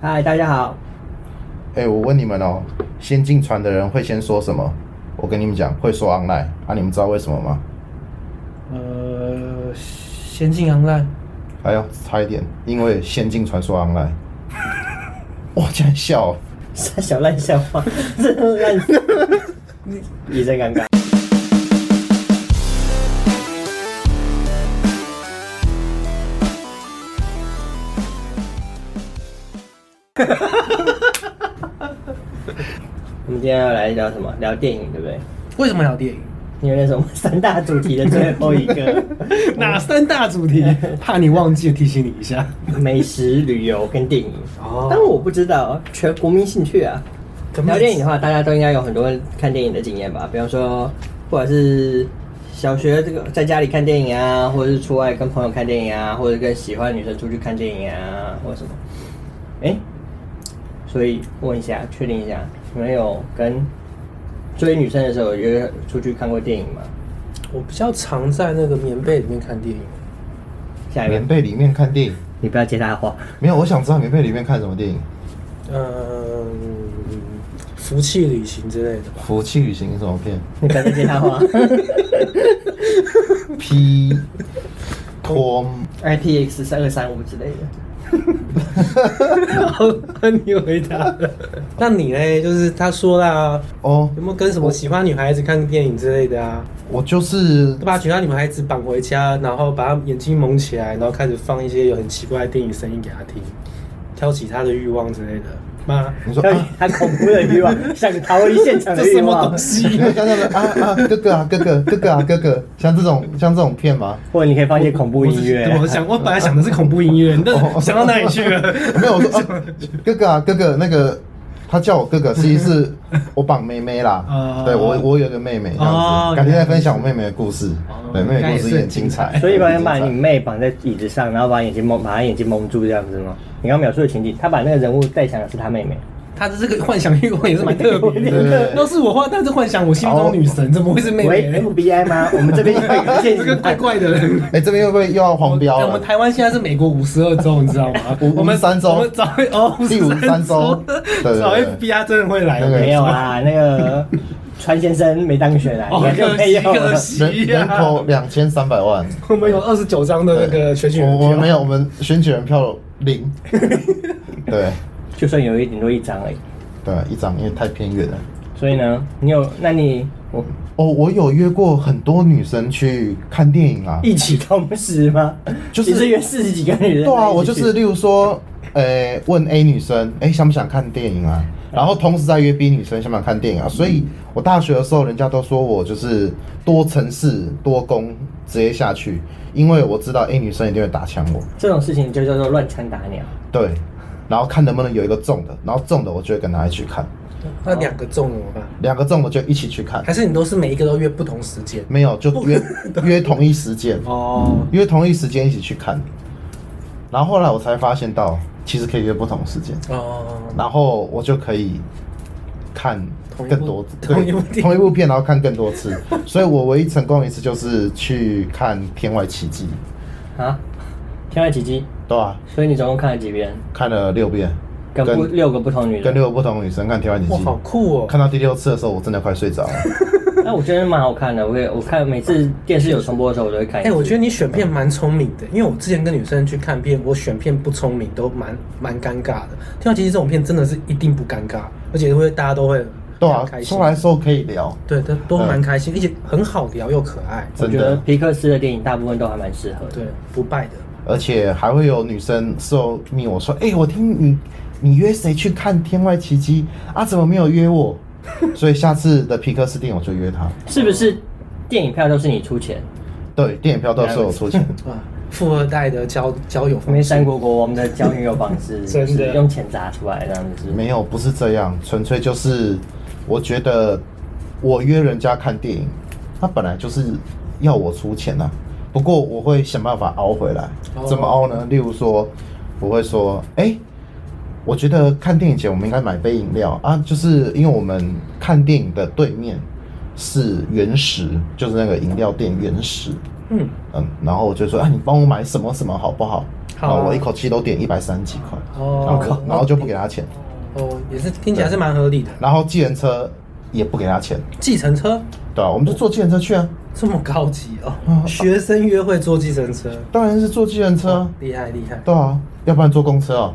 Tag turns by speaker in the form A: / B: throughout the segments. A: 嗨，大家好。
B: 哎、我问你们哦，先进船的人会先说什么？我跟你们讲，会说 online 啊，你们知道为什么吗？
C: 呃，先进航站，
B: 还有差一点，因为先进传说 online。我竟然笑哦，
A: 傻 小烂笑 话，真的烂死，也真 尴尬。我们今天要来聊什么？聊电影，对不对？
C: 为什么聊电影？
A: 因为那是我们三大主题的最后一个，
C: 哪三大主题？ 怕你忘记，提醒你一下。
A: 美食、旅游跟电影。
C: 哦
A: 但我不知道，全国民兴趣啊。聊电影的话，大家都应该有很多看电影的经验吧？比方说，或者是小学这个在家里看电影啊，或者是出外跟朋友看电影啊，或者跟喜欢的女生出去看电影啊，或者什么。哎、所以问一下，确定一下，你们有跟追女生的时候有约出去看过电影吗？
C: 我比较常在那个棉被里面看电影，
A: 下一位
B: 棉，被里面看电影？
A: 你不要接他的话。
B: 没有，我想知道棉被里面看什么电影？
C: 嗯，福气旅行之类的吧。
B: 福气旅行是什么片
A: 你不要再接他话。
B: ？P 脱
A: IPX 三二三五之类的，
C: 好，你回答了。 那你嘞？就是他说啦，
B: 哦，
C: 有没有跟什么喜欢女孩子看电影之类的啊？
B: 我就是
C: 都把其他女孩子绑回家，然后把她眼睛蒙起来，然后开始放一些有很奇怪的电影声音给她听，挑起她的欲望之类的。妈，
B: 你说
A: 他
B: 啊，
A: 他恐怖的欲 望，想逃离现场的 欲 望，
C: 西？
B: 像这样的啊啊哥哥啊哥哥哥哥啊哥哥，像这种像这种片吗？
A: 或者你可以放一些恐怖音乐。
C: 我想，我本来想的是恐怖音乐，但
B: 哦
C: 想到哪里去了？
B: 没有，我说、 啊、哥哥啊，哥哥，那个他叫我哥哥，实际是我绑妹妹啦。
C: 哦
B: 对我，我有个妹妹这样
C: 哦
B: 子，改天再分享我妹妹的故事。对，妹妹故事也很精 彩。
A: 所以把
B: 很精
A: 把
B: 彩
A: 你妹绑在椅子上，然后把眼睛蒙，把她眼睛蒙住，这样子吗？你刚描述的情景，他把那个人物带想的是他妹妹，
C: 她的这个幻想欲望也是蛮特 别
B: 对对
C: 的。
B: 对
C: 要是我话，但是幻想我心中女神，怎么会是妹妹
A: 喂
C: 呢？
A: ，FBI 吗？我们这边有一个现
C: 这个怪
A: 行，
C: 怪的人。
B: 哎，这边又被又要黄标
C: 我们
B: 了。
C: 台湾现在是美国五十二州，你知道吗？
B: 啊五
C: 我们
B: 53州
C: 我们找哦，
B: 第53州 对对
C: 找
B: 对
C: FBI 真的会来。
B: 那
C: 我
B: 个
C: 跟你
A: 没有
C: 说
A: 啦，那个川先生没当选啊，
C: 哦
A: 你看就没有了
C: 可。惜
B: 人
C: 呀
B: 人口两千三百万，
C: 我们有二十九张的那个选举人
B: 我我们没
C: 票，
B: 有，我们选举人票 零。对
A: 就算有一顶多一张而已。
B: 对，一张，因为太偏远了。
A: 所以呢，你有？那你我
B: 哦，我有约过很多女生去看电影啊。
A: 一起同时吗？
B: 就是
A: 你是约四十几个女人？
B: 对啊，我就是例如说，呃，问 A 女生，哎、想不想看电影啊？然后同时在约 B 女生想不想看电影啊？所以我大学的时候，人家都说我就是多城市多工，直接下去，因为我知道 A 女生一定会打枪我，
A: 这种事情就叫做乱枪打鸟。
B: 对，然后看能不能有一个中的，然后中的我就会跟她一起去看，
C: 那两个中了怎么办？
B: 两个中我就一起去看
C: 还，是你都是每一个都约不同时间？
B: 没有就约约同一时间，
C: 哦，
B: 约同一时间一起去看，然后后来我才发现到，其实可以约不同时间。
C: 哦，
B: 然后我就可以看
C: 同一部
B: 更 多
C: 同一部
B: 对
C: 电影
B: 同一部片，然后看更多次。 所以我唯一成功一次就是去看《天外奇迹
A: 啊，挑了几集，》，
B: 对吧、
A: 所以你总共看了几遍？
B: 看了六遍，
A: 跟不
B: 跟
A: 六个不同女
B: 跟
A: 人。
B: 六个不同女生看《天外奇迹
C: 哇，》，好酷哦！
B: 看到第六次的时候，我真的快睡着 了。
A: 那哎我觉得蛮好看的，我也我看每次电视有重播的时候，我都会看一次。
C: 哎，我觉得你选片蛮聪明的，因为我之前跟女生去看片，我选片不聪明，都蛮蛮尴尬的。听到其实这种片真的是一定不尴尬，而且会大家都会
B: 对啊
C: 很，开心
B: 出，来嗯的时候可以聊，
C: 对，都都蛮开心，而且很好聊又可爱，
A: 我
B: 真
A: 觉得
B: 的，
A: 皮克斯的电影大部分都还蛮适合的。
C: 对，不败的。
B: 而且还会有女生事后密我说：“哎、我听你你约谁去看《天外奇迹》啊？怎么没有约我？”所以下次的皮克斯电影我就约他。
A: 是不是电影票都是你出钱？
B: 对，电影票到时候我出钱。
C: 啊，富二代的交交友
A: 因
C: 方
A: 为
C: 式，
A: 三国国王的交女友方式
C: 真的
A: 是用钱砸出来这样子。
B: 没有，不是这样，纯粹就是我觉得我约人家看电影，他本来就是要我出钱呐、啊不过我会想办法熬回来，
C: 哦
B: 怎么熬呢？例如说，我会说，哎、我觉得看电影前我们应该买杯饮料啊，就是因为我们看电影的对面是原石，就是那个饮料店原石，
C: 嗯，
B: 嗯，然后我就说，啊，你帮我买什么什么好不好？然
C: 好啊
B: 后我一口气都点一百三十几块，
C: 哦
B: 然后然后就不给他钱，
C: 哦，也是听起来是蛮合理的。
B: 然后计程车也不给他钱，
C: 计程车
B: 对啊，我
C: 哦
B: 们就坐计程车去啊，
C: 这么高级 哦，
B: 嗯
C: 学生约会坐计程车，
B: 当然是坐计程车啊，
C: 厉害厉害。
B: 对啊，要不然坐公车哦，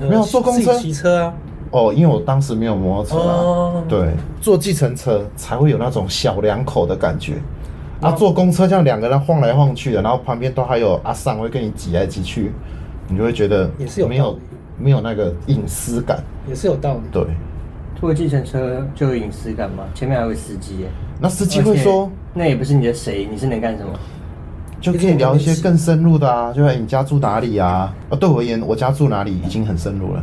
C: 呃
B: 没有坐公车
C: 自己骑车啊，
B: 哦，因为我当时没有摩托车啊，
C: 哦
B: 对，坐计程车才会有那种小两口的感觉。啊，
C: 哦
B: 坐公车这样两个人晃来晃去的，然后旁边都还有阿尚会跟你挤来挤去，你就会觉得
C: 也是有
B: 没
C: 道
B: 有
C: 理
B: 没有那个隐私感。
C: 也是有道理。
B: 对，
A: 坐计程车就有隐私感吗？前面还有个司机耶，
B: 那司机会
A: 而
B: 说
A: 且，那也不是你的谁，你是能干什么？
B: 就可以聊一些更深入的啊，就哎你家住哪里啊？啊，对我而言，我家住哪里已经很深入了。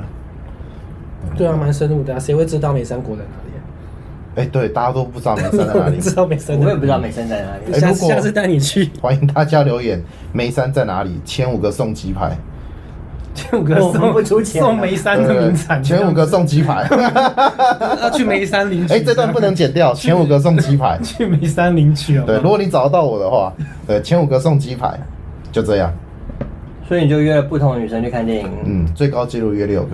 C: 对啊，蛮深入的啊，谁会知道美山国在哪里啊？
B: 哎、对，大家都不知道美山在
C: 我
B: 哪里
C: 们，知道美山在哪里，
A: 我也不知道美声在哪里。
B: 哎
C: 下
B: 如
C: 次
B: 果
C: 下次带你 去。
B: 欢迎大家留言，眉山在哪里？前五个送鸡排。
A: 这五个送不出钱啊，
C: 送眉山的名产，
B: 前呃五个 送鸡排。
C: 要去眉山领 取。
B: 哎、这段不能剪掉。前五个送鸡排。
C: 去眉山领取哦。
B: 对，如果你找得到我的话，对，前五个送鸡排，就这样。
A: 所以你就约了不同的女生去看电影。
B: 嗯，最高纪录约六个。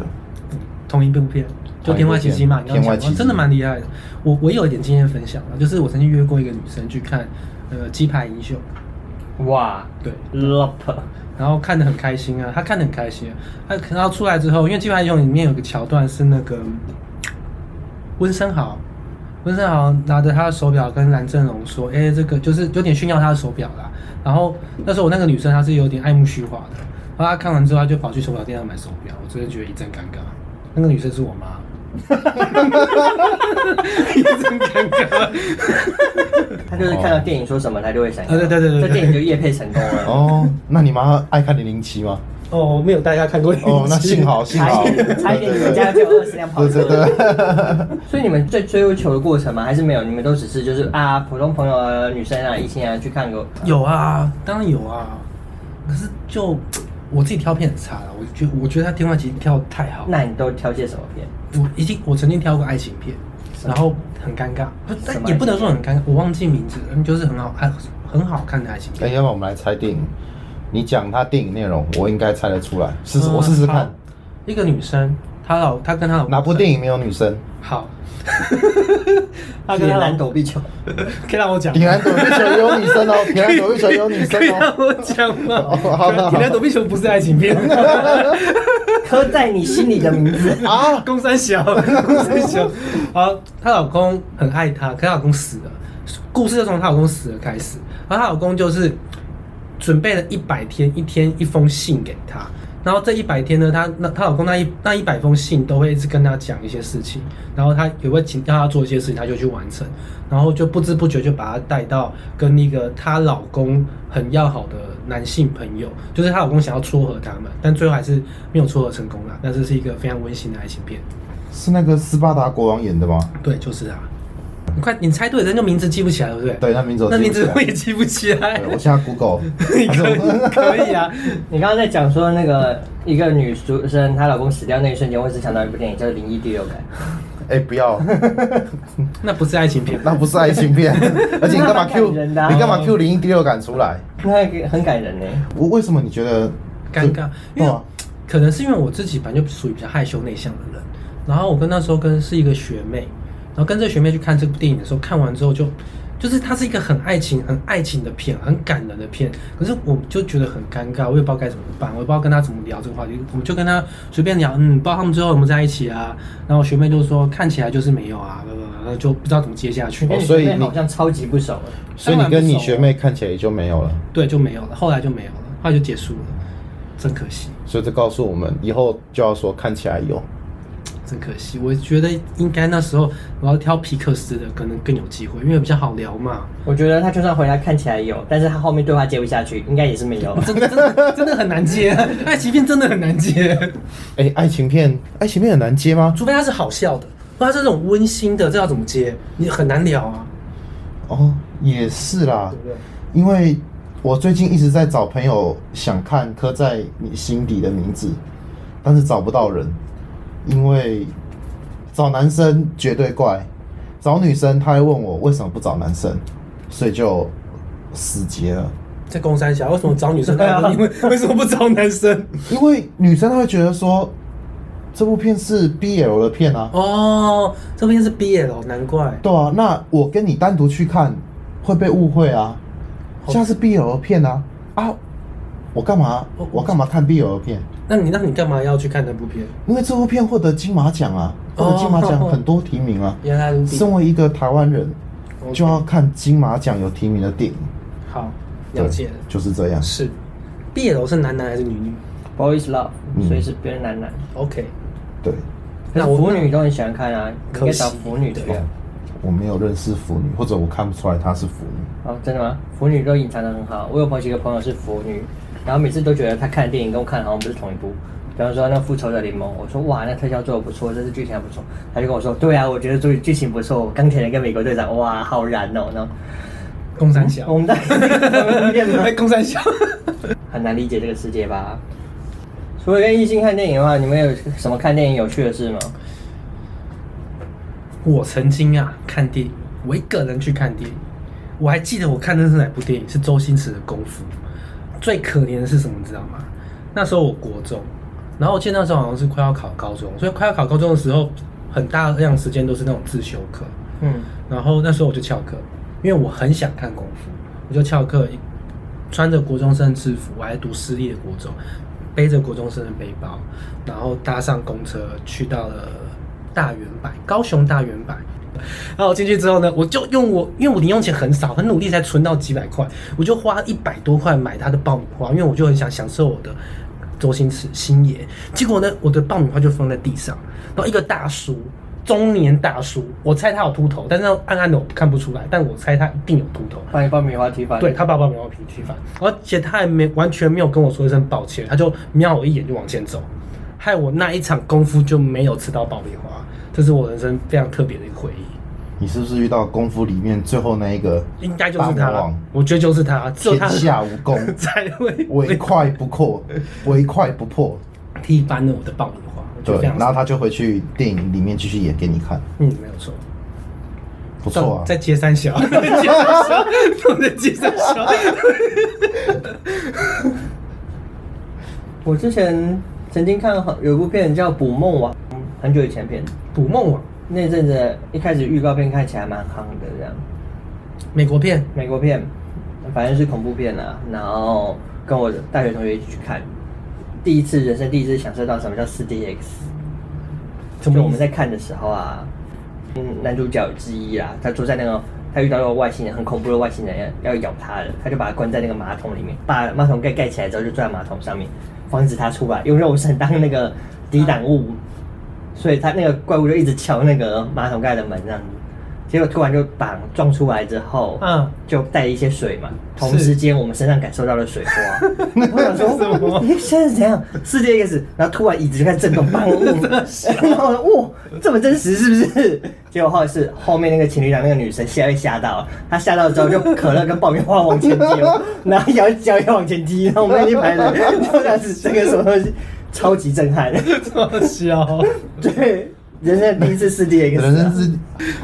C: 同一部片，就《天外奇迹》嘛，你要
B: 天外
C: 讲
B: 奇迹
C: 真的蛮厉害的。我我有一点经验分享啊，就是我曾经约过一个女生去看，呃，《鸡排英雄》，
A: 哇
C: 对，
A: ，lop，
C: 然后看得很开心啊，她看得很开心、啊，她然后出来之后，因为《鸡排英雄》里面有个桥段是那个温升豪，温升豪拿着他的手表跟蓝正龙说：“哎、这个就是有点炫耀他的手表啦。”然后那时候我那个女生她是有点爱慕虚华的，然后她看完之后，她就跑去手表店上买手表，我真的觉得一阵尴尬。那个女生是我妈。一阵尴尬，
A: 他就是看到电影说什么，他就会想要。
C: 啊对对对对对
A: 这电影就夜配成功了。
B: 哦，那你妈爱看零零七吗？
C: 哦，我没有带大家看过。
B: 哦，那幸好幸
A: 差
B: 好。
A: 一点，差一点，你们家就有二十辆跑
B: 对对
A: 车。
B: 对，
A: 所以你们在追求的过程吗？还是没有？你们都只是就是啊，普通朋友、啊、女生啊、异性啊去看个。
C: 有啊，当然有啊，可是就我自己挑片很差了，我觉我觉得他天外奇迹跳得太好了。
A: 那你都挑些什么片？
C: 我已经我曾经挑过爱情片，然后很尴尬，不但也不能说很尴尬，我忘记名字了，嗯就是很好很很好看的爱情
B: 哎、
C: 片。
B: 要不然我们来猜电影。你讲她电影内容，我应该猜得出来。试试，
C: 嗯
B: 我试试看
C: 好。一个女生，她老她跟她老公
B: 哪部电影没有女生？
C: 好？ 她
A: 铁
C: 跟她老
A: 男躲避球。
C: 可以让我 讲吗
B: 铁男躲避球也有女生 哦，铁男躲避球也有女生
C: 可以
B: 哦
C: 让。我讲吗
B: 哦 好好？好
C: 铁男躲避球不是爱情 片，
A: 刻在你心里的名字。
B: 啊，
C: 公三小，公三小。好，她老公很爱她，可她老公死了，故事就从她老公死了开始。然后她老公就是准备了一百天，一天一封信给她。然后这一百天呢，她那她老公那一那一百封信都会一直跟她讲一些事情，然后她也会请让她做一些事情，她就去完成，然后就不知不觉就把她带到跟那个她老公很要好的男性朋友，就是她老公想要撮合他们，但最后还是没有撮合成功啦。但这是一个非常温馨的爱情片，
B: 是那个斯巴达国王演的吗？
C: 对，就是他。你快，你猜对了，但就名字记不起来，对不对？
B: 对，那名字我
C: 那
B: 记
C: 名
B: 不起
C: 字
B: 来
C: 我也记不起来
B: 对。我现在 Google，
C: 你可以 可以啊，
A: 你刚刚在讲说那个一个女主生她老公死掉那一瞬间，我只想到一部电影叫《灵异第六感》。
B: 哎、不要，
C: 那不是爱情片，
B: 那不是爱情片， 而且你干嘛 Q？
A: 那蛮感人的啊
B: 你干嘛 Q 零一第六感出来？
A: 那个很感人呢、
C: 哦
B: 我为什么你觉得
C: 尴尬，因
B: 对
C: 为
B: 啊
C: 可能是因为我自己本来就属于比较害羞内向的人，然后我跟那时候跟是一个学妹，然后跟这个学妹去看这部电影的时候，看完之后就就是它是一个很爱情、很爱情的片，很感人的片，可是我就觉得很尴尬，我也不知道该怎么办，我也不知道跟她怎么聊这个话题，我们就跟她随便聊，嗯，不知道他们最后有没有在一起啊，然后学妹就说看起来就是没有啊，叭叭叭然后就不知道怎么接下去，
A: 跟你
B: 所以
A: 学妹
B: 你
A: 好像超级不熟了。
C: 啊
B: 所以你跟你学妹看起来也就没有了，
C: 对就没有了，后来就没有了，后来就结束了，真可惜。
B: 所以这告诉我们以后就要说看起来有。
C: 真可惜，我觉得应该那时候我要挑皮克斯的，可能更有机会，因为比较好聊 嘛。
A: 我觉得她就算回来看起来有，但是她后面对话接不下去，应该也是 没有。
C: 真的真的真的很难 接，爱情片真的很难接，
B: 哎、爱情片，爱情片很难接吗？
C: 除非它是好笑的，不然它这种温馨的，这要怎么接？你很难聊啊，
B: 哦，也是啦
C: 对，不对？
B: 因为我最近一直在找朋友想看刻在你心底的名字，但是找不到人，因为找男生绝对怪，找女生他会问我为什么不找男生，所以就死结了。
C: 在公山小，为什么找女生？因为 为什么不找男生？
B: 因为女生她会觉得说，这部片是 BL 的片啊，
C: 哦，这边是 BL，难怪。
B: 对啊，那我跟你单独去看会被误会啊，
C: 好
B: 像是 BL 的片啊啊，我干嘛我干嘛看 BL 的片？
C: 那你那你干嘛要去看那部片？
B: 因为这部片获得金马奖啊，获得金马奖很多提名啊。
C: 原来如此。
B: 身为一个台湾人，
C: OK
B: 就要看金马奖有提名的电影。
C: 好，
B: 对
C: 了解了。
B: 就是这样。
C: 是，BL 是男男还是女女
A: Boys Love，
B: 嗯
A: 所以是偏男男。
C: ？OK，
B: 对，
A: 可
C: 那
A: 是
C: 我
A: 腐女都很喜欢看啊，你可
C: 可
A: 以
C: 惜
A: 找腐女的
C: 对啊
A: 呀。
B: 哦我没有认识腐女，或者我看不出来她是腐女。
A: 哦，真的吗？腐女都隐藏的很好。我有朋友几个朋友是腐女，然后每次都觉得他看的电影跟我看的好像不是同一部。比方说那《复仇者联盟》，我说哇，那特效做的不错，这次剧情还不错。他就跟我说，对啊，我觉得剧剧情不错，钢铁人跟美国队长，哇，好燃哦！然后
C: 公山
A: 我
C: 小，
A: 们在 我们在
C: 哎公山小。
A: 很难理解这个世界吧？除了跟异性看电影的话，你们有什么看电影有趣的事吗？
C: 我曾经啊看电影，我一个人去看电影，我还记得我看的是哪部电影，是周星驰的《功夫》。最可怜的是什么，你知道吗？那时候我国中，然后我记得那时候好像是快要考高中，所以快要考高中的时候，很大量时间都是那种自修课。
A: 嗯，
C: 然后那时候我就翘课，因为我很想看功夫，我就翘课，穿着国中生制服，我还读私立的国中，背着国中生的背包，然后搭上公车去到了大圆柏，高雄大圆柏。然后我进去之后呢，我就用我，因为我零用钱很少，很努力才存到几百块，我就花一百多块买他的爆米花，因为我就很想享受我的周星驰星爷。结果呢，我的爆米花就放在地上，然后一个大叔，中年大叔，我猜他有秃头，但是暗暗的我看不出来，但我猜他一定有秃头。
A: 把你爆米花踢翻。
C: 对，他爸爸没有脾气烦，而且他还没完全没有跟我说一声抱歉，他就瞄我一眼就往前走，害我那一场功夫就没有吃到爆米花，这是我人生非常特别的一个回忆，
B: 你是不是遇到功夫里面最后那一个
C: 应该就是
B: 大魔
C: 他了
B: 王，
C: 我觉得就是他，只有他
B: 天下武功，
C: 才会
B: 唯快不破，唯快不破。
C: 踢翻了我的爆米花，我觉
B: 对
C: 得非，常
B: 然后他就回去电影里面继续演给你看，
C: 嗯没有错。
B: 不错啊
C: 在。街三小，街三小，都在街三 小。
A: 我之前曾经看好有一部片叫《捕梦网》，嗯很久以前片，
C: 捕梦网，
A: 那阵子一开始预告片看起来蛮夯的，这样
C: 美 国片，
A: 美国片，反正是恐怖片啊。然后跟我大学同学一起去看，第一次人生第一次享受到什么叫四 D X。
C: 怎么
A: 就我们在
C: 在
A: 看的时候啊，嗯，男主角之一啊，他坐在那个他遇到那个外星人，很恐怖的外星人要要咬他了，他就把他关在那个马桶里面，把马桶盖盖起来之后就坐在马桶上面，防止他出来，用肉身当那个抵挡物，所以他那个怪物就一直敲那个马桶盖的门这样子，结果突然就把撞出来之后，
C: 嗯，
A: 就带一些水嘛，同时间我们身上感受到了水 花。我想说，哦
C: 什么
A: 诶，现在是怎样？世界 X，然后突然椅子就开始 震动，砰！然后我哇，这么真实是不是？结果后来是后面那个情侣档那个女生吓被吓到了，她吓到之后就可乐跟爆米花往前哦 丢，然后摇脚也往前踢，然后我们一排人就这样子，这个什么东西超级震撼，
C: 这小。
A: 对，人生第一次世界 X，啊
B: 人生是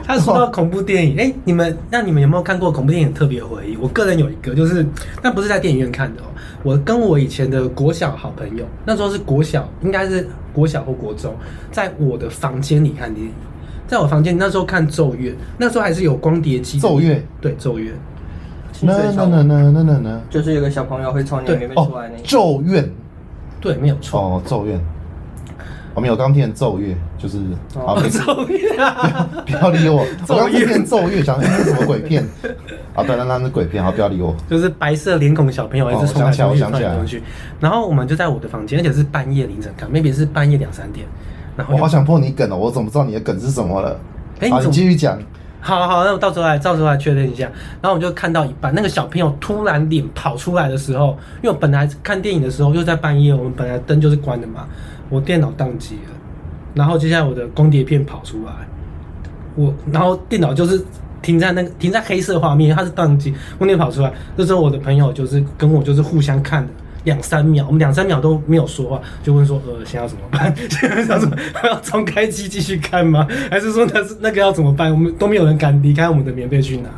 C: 他说到恐怖电
B: 哦
C: 影，哎、你们那你们有没有看过恐怖电影特别回忆？我个人有一个，就是但不是在电影院看的哦、我跟我以前的国小好朋友，那时候是国小，应该是国小或国中，在我的房间里看电影，在我房间那时候看《咒怨》，那时候还是有光碟机，《
B: 奏乐，
C: 对《咒怨》，
A: 清
B: 那
A: 水
B: 那
A: 小
B: 那那那那那，
A: 就是有个小朋友会从你里面出来
B: 哦
A: 那，个。
B: 咒怨，
C: 对，没有错，
B: 哦，咒怨，我们有刚听的咒怨，就是
A: 哦
B: 好没 事
C: 咒怨、啊，
B: 不要理我，我
C: 咒
B: 刚
C: 怨
B: 之前咒怨想说那是什么鬼片， 啊，对，那那是鬼片，好，不要理我。
C: 就是白色脸孔小朋友一直冲来
B: 哦
C: 冲
B: 我想
C: 去，冲
B: 起来我想起来
C: 来冲去，然后我们就在我的房间，而且是半夜凌晨看，maybe 是半夜两三点，然后
B: 我
C: 又
B: 好想破你梗哦，我怎么知道你的梗是什么了？
C: 哎
B: 好，
C: 你怎
B: 你
C: 么
B: 继续讲。哦
C: 好好，那我到时候来，到时候来确认一下。然后我就看到一半，那个小朋友突然脸跑出来的时候，因为我本来看电影的时候又在半夜，我们本来灯就是关的嘛，我电脑宕机了，然后接下来我的光碟片跑出来，我然后电脑就是停在那个停在黑色画面，因为它是宕机，光碟跑出来。这时候我的朋友就是跟我就是互相看的。两三秒，我们两三秒都没有说话，就问说：“呃，现在要怎么办？ 现在要怎么？还呃要重开机继续看吗？还是说那是那个要怎么办？我们都没有人敢离开我们的棉被去拿。”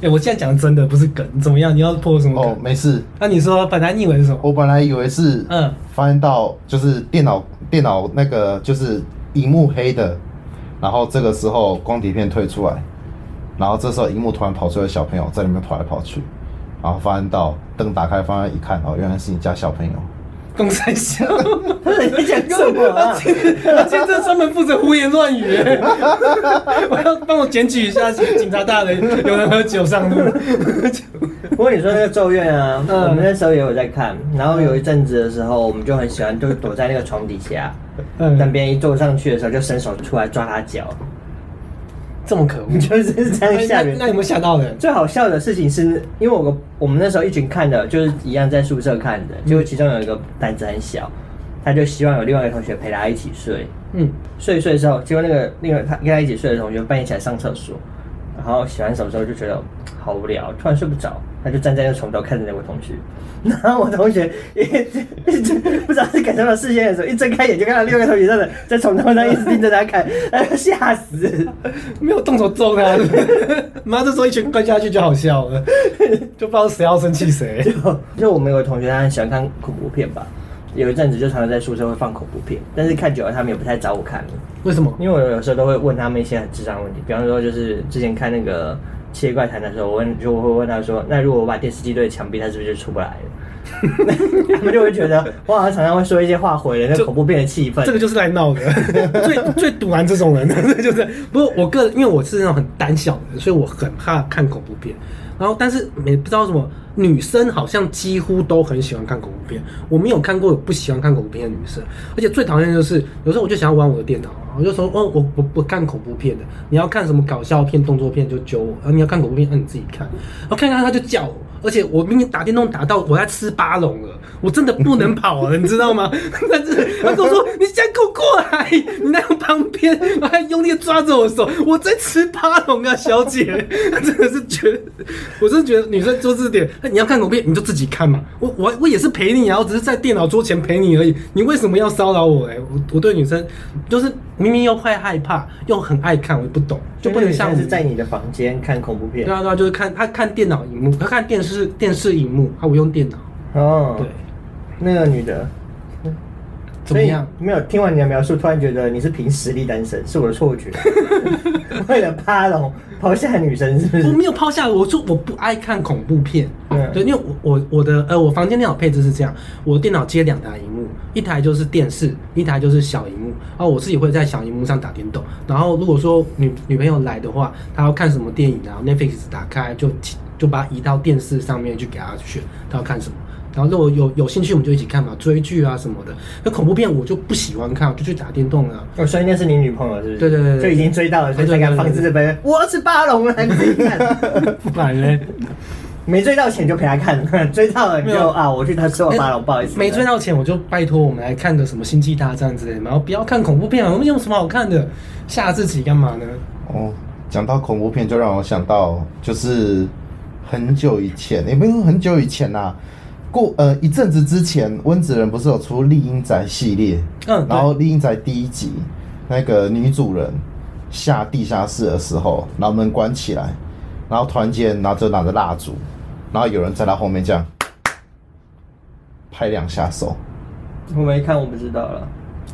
C: 哎、我现在讲真的，不是梗，怎么样？你要破什么
B: 哦，
C: 梗？
B: 没事，
C: 那、你说，本来你以为是什么？
B: 我本来以为是
C: 嗯，
B: 发现到就是电脑电脑那个就是荧幕黑的，然后这个时候光碟片退出来，然后这时候荧幕突然跑出来小朋友在里面跑来跑去，然后发现到灯打开放在一看哦，原来是你家小朋友。
C: 公三小，
A: 你讲什么 啊？
C: 他现在专门负责胡言乱语。 我要帮我检举一下警察大人，有人喝酒上 路。
A: 不过你说那个《咒怨》啊，
C: 嗯
A: 我们那时候也有在看，
B: 嗯
A: 然后有一阵子的时候，我们就很喜欢，就躲在那个床底下，等
C: 嗯，
A: 别人一坐上去的时候，就伸手出来抓他脚，
C: 这么可
B: 嗯
C: 恶。
A: 就是这样吓
C: 那
B: 哎
A: 人
C: 那。有没有吓到人？
A: 最好笑的事情是，因为我个我们那时候一群看的，就是一样在宿舍看
B: 嗯
A: 的，结果其中有一个胆子很小，他就希望有另外一个同学陪他一起睡，
C: 嗯，
A: 睡一睡之后，结果那个那个他跟他一起睡的同学半夜起来上厕所，然后洗完手之后就觉得好无聊，突然睡不着，他就站在那床头看着那位同学， 然后我同学一直一直不知道是感受到视线的时候，一睁开眼就看到另外一个同学站在在床头上一直盯着他看， 他就吓死。
C: 嗯没有动手揍 他。妈，这时候一拳灌下去就好笑了，就不知道谁要生气谁。
A: 就我们有个同学，他很喜欢看恐怖片吧。有一阵子就常常在宿舍会放恐怖片，但是看久了他们也不太找我看了，
C: 为什么？
A: 因为我有时候都会问他们一些很智障问题，比方说就是之前看那个《七夜怪谈》的时候，我问就我会问他说，那如果我把电视机对着墙壁，他是不是就出不来 了？他们就会觉得我好像常常会说一些话毁了那
C: 这
A: 恐怖片的气氛。
C: 这个就是来闹 的，最最堵拦这种人的， 就是。不过我个人，因为我是那种很胆小的人，所以我很怕看恐怖片。然后，但是也不知道为什么，女生好像几乎都很喜欢看恐怖片。我没有看过有不喜欢看恐怖片的女生，而且最讨厌的就是有时候我就想要玩我的电脑，我就说哦，我不不看恐怖片的，你要看什么搞笑片、动作片就揪我，啊，你要看恐怖片，那、你自己看。然后看看他就叫我，而且我明明打电动打到我在吃八龙了，我真的不能跑了，你知道吗？ 但是他跟我说：“你现在给我过来！”你在旁边，然后还用力地抓着我的手，我在吃八龙啊，小姐！ 真的是觉得，我真的觉得女生做这点，你要看恐怖片你就自己看嘛。我我我也是陪你啊，我只是在电脑桌前陪你而已。你为什么要骚扰我、欸？哎，我我对女生就是明明又会害怕，又很爱看，我也不懂，就不能像
A: 所以你现在
C: 你
A: 是在你的房间看恐怖片
C: 对，啊对啊，就是看他看电脑荧幕，他看电视电视荧幕，啊他我用电脑，
A: 哦，
C: 对，，
A: 那个女的
C: 怎么样？？
A: 没有听完你的描述，突然觉得你是凭实力单身，是我的错 觉。为了趴拢抛下女生，是不
C: 我
A: 是？
C: 没有抛下，我说我不爱看恐怖片。
A: 嗯
C: 嗯对，因为我我我的呃，我房间电脑配置是这样，我电脑接两台荧幕，一台就是电视，一台就是小荧幕。然后我自己会在小荧幕上打电动。然后如果说女女朋友来的话，她要看什么电影啊，Netflix 打开就就把它移到电视上面去给她选，她要看什么。然后如果有有兴趣，我们就一起看嘛，追剧啊什么的。那恐怖片我就不喜欢看，我就去打电动啊了。
A: 哦，所以那是你女朋友，是不是？
C: 对对对对
A: 就已经追到了，所以才敢放置这杯。我是巴龙啊，你自己 看。
C: 不然嘞，
A: 没追到前就陪他看， 追到了你
C: 没
A: 就
C: 有哎
A: 啊，我去他吃我巴龙，不好意思。
C: 没追。到钱，我就拜托我们来看个什么《星际大战》之类的，然后不要看恐怖片啊，我们有什么好看的？吓自己干嘛呢？
B: 哦，讲到恐怖片，就让我想到就是很久以前，也没有很久以前呐、过呃一阵子之前，温子仁不是有出《丽英宅》系列？
C: 嗯
B: 然后《丽英宅》第一集，那个女主人下地下室的时候，然后门关起来，然后突然间拿着拿着蜡烛，然后有人在她后面这样拍两下手。
A: 我没看，我不知道了。